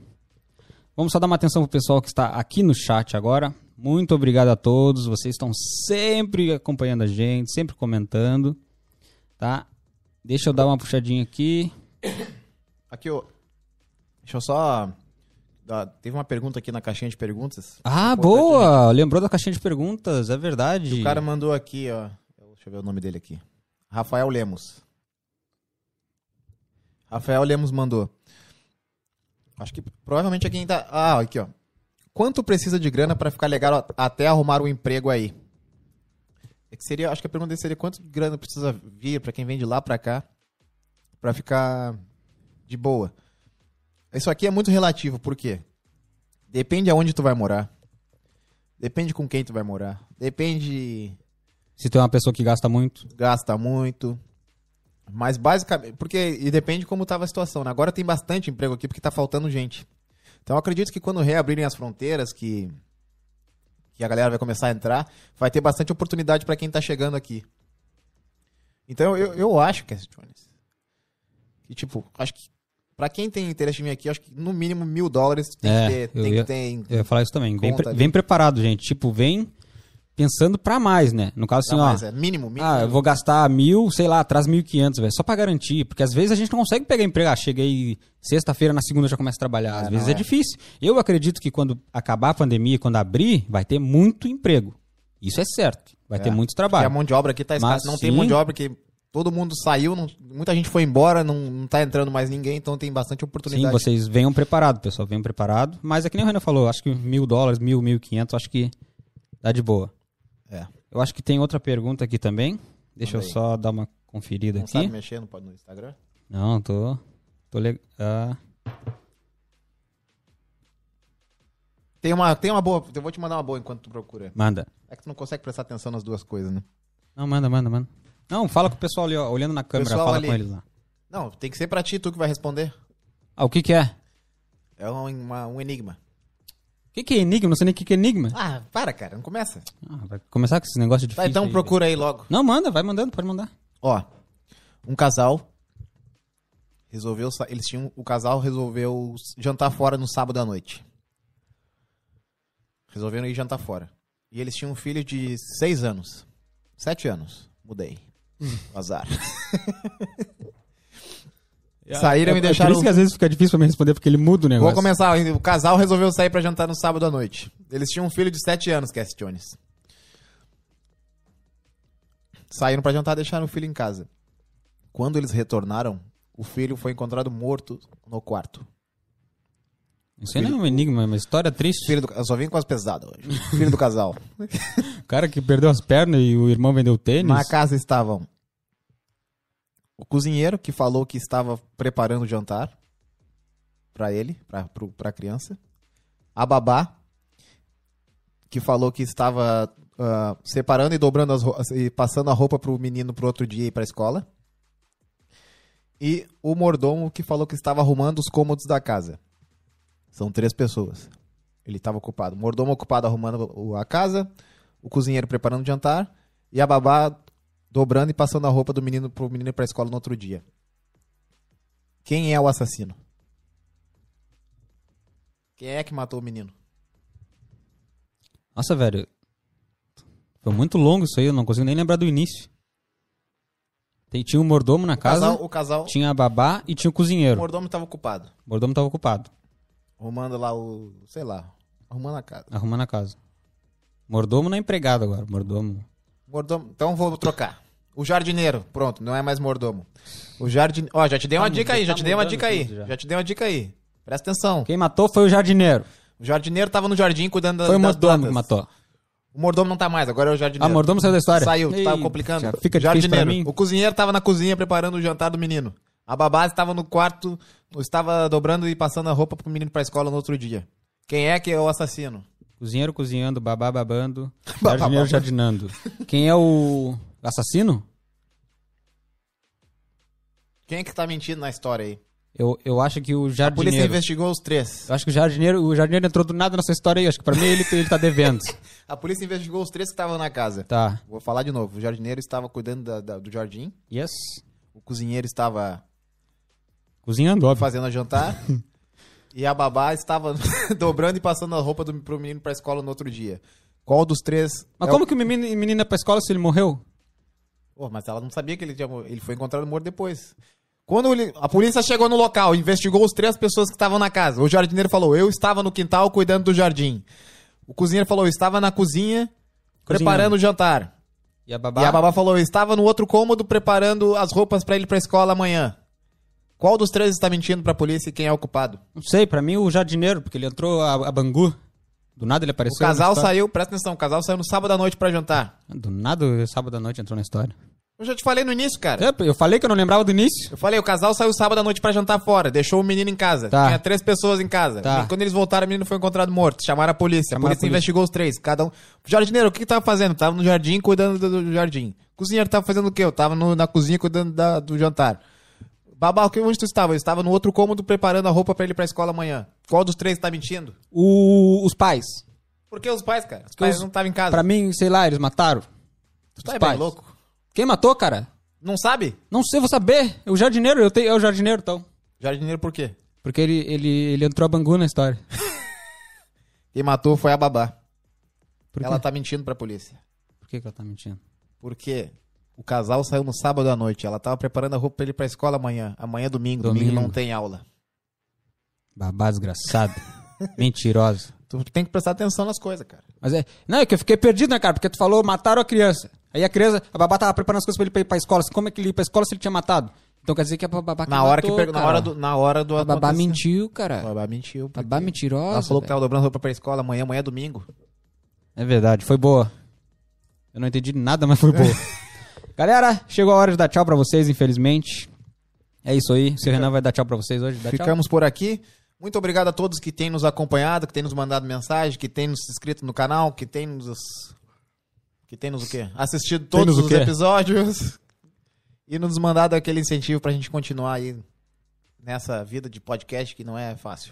Vamos só dar uma atenção pro pessoal que está aqui no chat agora. Muito obrigado a todos. Vocês estão sempre acompanhando a gente, sempre comentando, tá? Deixa eu dar uma puxadinha aqui. Aqui, ó. Deixa eu só. dar- teve uma pergunta aqui na caixinha de perguntas. Ah, Importante, boa! Lembrou da caixinha de perguntas, é verdade. O cara mandou aqui, ó. Deixa eu ver o nome dele aqui. Rafael Lemos. Rafael Lemos mandou. Acho que provavelmente é quem tá. Ah, aqui, ó. Quanto precisa de grana pra ficar legal a- até arrumar um emprego aí? É que seria, acho que a pergunta dele seria quanto de grana precisa vir pra quem vem de lá pra cá pra ficar de boa. Isso aqui é muito relativo, por quê? Depende aonde tu vai morar. Depende com quem tu vai morar. Depende Se tu é uma pessoa que gasta muito. gasta muito. Mas basicamente, porque e depende como tava a situação, né? Agora tem bastante emprego aqui porque tá faltando gente. Então eu acredito que quando reabrirem as fronteiras que que a galera vai começar a entrar, vai ter bastante oportunidade para quem tá chegando aqui. Então eu, eu acho que Jones. E tipo, acho que para quem tem interesse em vir aqui, acho que no mínimo mil dólares tem É, que ter, eu tem ia- que ter Eu ia falar isso também. Vem, Conta pre- ali. vem preparado, gente. Tipo, vem pensando pra mais, né? No caso, assim, Não, ó. mas é mínimo, mínimo. Ah, eu vou gastar mil, sei lá, traz mil e quinhentos, velho. Só pra garantir. Porque às vezes a gente não consegue pegar emprego. Ah, cheguei sexta-feira, na segunda eu já começo a trabalhar. Às É, vezes não é, é. difícil. Eu acredito que quando acabar a pandemia, quando abrir, vai ter muito emprego. Isso é certo. Vai É, ter muito Porque a trabalho. mão de obra aqui tá escassa. Mas Não tem sim. mão de obra que todo mundo saiu, não- muita gente foi embora, não, não tá entrando mais ninguém, então tem bastante Sim, oportunidade. vocês venham preparado, pessoal, venham preparado. Mas é que nem o Renan falou, acho que mil dólares, mil, mil e quinhentos, acho que dá de boa. É. Eu acho que tem outra pergunta aqui também. Deixa Manda eu aí. só dar uma conferida não aqui. sabe mexer no, no Instagram? Não, tô. Tô ah, legal. Tem uma, tem uma boa, eu vou te mandar uma boa enquanto tu procura. manda. É que tu não consegue prestar atenção nas duas coisas, né? Não, manda, manda, manda. Não, fala com o pessoal ali, ó, olhando na câmera, Pessoal fala ali. com eles lá. Não, tem que ser pra ti, tu que vai responder. Ah, o que que é? É um, uma- um enigma. O que que é enigma? Não sei nem o que que é enigma. Ah, para, cara, não começa. Ah, vai começar com esse negócio difícil. Tá, então aí, né? procura aí logo. velho. Não, manda, vai mandando, pode mandar. Ó, um casal resolveu. sa- Eles tinham. O casal resolveu s- jantar fora no sábado à noite. Resolveram ir jantar fora. E eles tinham um filho de seis anos. sete anos. Mudei. Azar. Saíram É- e é deixaram. Por isso que às vezes fica difícil pra me responder, porque ele muda o negócio. Vou começar. O casal resolveu sair pra jantar no sábado à noite. Eles tinham um filho de 7 anos, Cass Jones. Saíram pra jantar e deixaram o filho em casa. Quando eles retornaram, o filho foi encontrado morto no quarto. Isso aí não é um enigma, é uma história triste. Filho do, eu só vim com as pesadas hoje. Filho do casal. O cara que perdeu as pernas e o irmão vendeu tênis. Na casa estavam o cozinheiro que falou que estava preparando o jantar pra ele, pra pro- pra criança, a babá que falou que estava ah, separando e dobrando as ro- e passando a roupa pro menino pro outro dia ir pra escola. E o mordomo que falou que estava arrumando os cômodos da casa. São três pessoas. Ele estava ocupado. O mordomo ocupado arrumando o- a casa, o cozinheiro preparando o jantar e a babá dobrando e passando a roupa do menino pro menino ir pra escola no outro dia. Quem é o assassino? Quem é que matou o menino? Nossa, velho. Foi muito longo isso aí, eu não consigo nem lembrar do início. Tem- tinha um mordomo na casa, Casal- o casal, tinha a babá e tinha o o cozinheiro. mordomo tava ocupado. O mordomo tava ocupado, Arrumando lá o, sei lá, arrumando a casa. arrumando a casa. Mordomo não é empregado agora, mordomo. Mordomo, então vou trocar. O jardineiro, pronto, não é mais mordomo. O jardin, ó, já te dei uma Tá, dica aí, tá já te dei uma mudando dica aí. tudo já. Já te dei uma dica aí. Presta atenção. Quem matou foi o jardineiro. O jardineiro tava no jardim cuidando da- das Foi o mordomo que plantas. matou. O mordomo não tá mais, agora é o Ah, jardineiro. o mordomo saiu da história. Saiu, Ih, tava complicando. já Fica difícil pra mim. O cozinheiro tava na cozinha preparando o jantar do menino. A babá estava no quarto, estava dobrando e passando a roupa pro menino pra escola no outro dia. Quem é que é o assassino? Cozinheiro cozinhando, babá babando, [laughs] Babá jardineiro babando. jardinando. Quem é o assassino? Quem é que tá mentindo na história aí? Eu, eu acho que o A polícia jardineiro. investigou os três. Eu acho que o jardineiro, o jardineiro entrou do nada nessa história aí. Acho que pra mim ele, ele tá [laughs] devendo. A polícia investigou os três que estavam na casa. Tá. Vou falar de novo. O jardineiro estava cuidando da- da- do jardim. Yes. O cozinheiro estava Cozinhando, óbvio. fazendo a jantar. [laughs] e a babá estava [laughs] dobrando e passando a roupa do, pro menino pra escola no outro dia. Qual dos três. Mas é o- como que o menino, menino é pra escola se ele morreu? Pô, mas ela não sabia que ele tinha mor- Ele foi encontrado morto depois. Quando ele- a polícia chegou no local, investigou os três pessoas que estavam na casa. O jardineiro falou: Eu estava no quintal cuidando do jardim. O cozinheiro falou: Eu estava na cozinha preparando o jantar. E a babá? E a babá falou: Eu estava no outro cômodo preparando as roupas pra ele ir pra escola amanhã. Qual dos três está mentindo pra polícia e quem é o culpado? Não sei, pra mim o jardineiro, porque ele entrou a, a Bangu. Do nada ele O apareceu. na casal história. saiu, presta atenção, o casal saiu no sábado à noite pra jantar. Do nada, o sábado à noite entrou na história. Eu já te falei no início, cara. É, Eu falei que eu não lembrava do início. Eu falei, o casal saiu sábado à noite pra jantar fora, deixou o menino em casa. Tá. Tinha três pessoas em casa. Tá. E Quando eles voltaram, o menino foi encontrado morto. Chamaram a polícia. Chamaram a a polícia polícia. investigou os três. Cada um. Jardineiro, o que, que tava fazendo? Tava no jardim cuidando do, do jardim. Cozinheiro tava fazendo o quê? Eu tava no- na cozinha cuidando da- do jantar. Babá, o que- onde tu estava? Eu estava no outro cômodo preparando a roupa pra ele ir pra escola amanhã. Qual dos três tá mentindo? O- os pais. Por que os pais, cara? Os pais os- não estavam em casa. Pra mim, sei lá, eles mataram. tu os tá bem pais. louco. Quem matou, cara? Não sabe? Não sei, vou saber. É o jardineiro, eu tenho, é o jardineiro, então. Jardineiro por quê? Porque ele, ele, ele entrou a bangu na história. Quem matou foi a babá. Por, Ela quê? tá mentindo pra polícia. Por que, que ela tá mentindo? Porque o casal saiu no sábado à noite. Ela tava preparando a roupa pra ele ir pra escola amanhã. Amanhã é domingo. Domingo, Domingo. não tem aula. Babá desgraçado. [laughs] Mentirosa. Tu tem que prestar atenção nas coisas, cara. Mas é. Não, é que eu fiquei perdido, né, cara? Porque tu falou, mataram a criança. Aí a criança, a babá tava preparando as coisas pra ele pra ir pra escola. Como é que ele ia pra escola se ele tinha matado? Então quer dizer que a babá que na, hora que matou, pegou, na cara. hora do. Na hora do A babá acontecimento. mentiu, A cara. babá mentiu. porque Babá mentirosa. Ela falou que velho. tava dobrando roupa pra escola amanhã. Amanhã é domingo. É verdade, foi boa. Eu não entendi nada, mas [laughs] foi boa. Galera, chegou a hora de dar tchau pra vocês, infelizmente. É isso aí. Seu Renan vai dar tchau pra vocês hoje. Dá tchau. né? Ficamos por aqui. Muito obrigado a todos que têm nos acompanhado, que têm nos mandado mensagem, que têm nos inscrito no canal, que têm nos. Que têm nos o quê? Assistido todos nos o os quê? episódios. [laughs] E nos mandado aquele incentivo pra gente continuar aí nessa vida de podcast que não é fácil.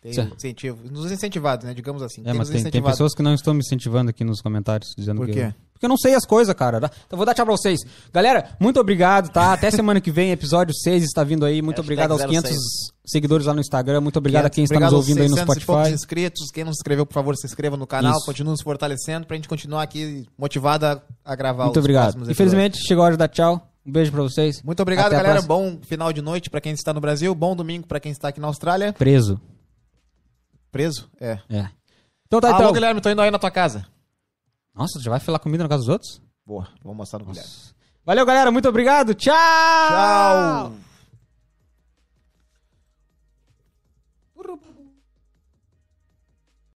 Tem Certo. incentivo. Nos incentivados, né? Digamos assim. É, mas nos tem, tem incentivado. pessoas que não estão me incentivando aqui nos comentários, dizendo Por que. quê? eu- Porque eu não sei as coisas, cara. Dá- Então vou dar tchau pra vocês. Galera, muito obrigado, tá? [laughs] Até semana que vem, episódio 6 está vindo aí. Muito Hashtag obrigado aos 06. 500 seguidores lá no Instagram. Muito obrigado a quem está Obrigado nos aos ouvindo aí no 600 e poucos Spotify. inscritos. Quem não se inscreveu, por favor, se inscreva no canal. Isso. Continue nos fortalecendo pra gente continuar aqui motivado a, a gravar Muito os obrigado. próximos episódios. Infelizmente, chegou a hora de dar tchau. Um beijo pra vocês. Muito obrigado, Até a galera. próxima. Bom final de noite pra quem está no Brasil. Bom domingo pra quem está aqui na Austrália. Preso. Preso? É. É. Então tá, Alô, então. Guilherme, tô indo aí na tua casa. Nossa, já vai falar comida na casa dos outros? Boa, vou mostrar no Guilherme. Valeu, galera. Muito obrigado. Tchau! Tchau!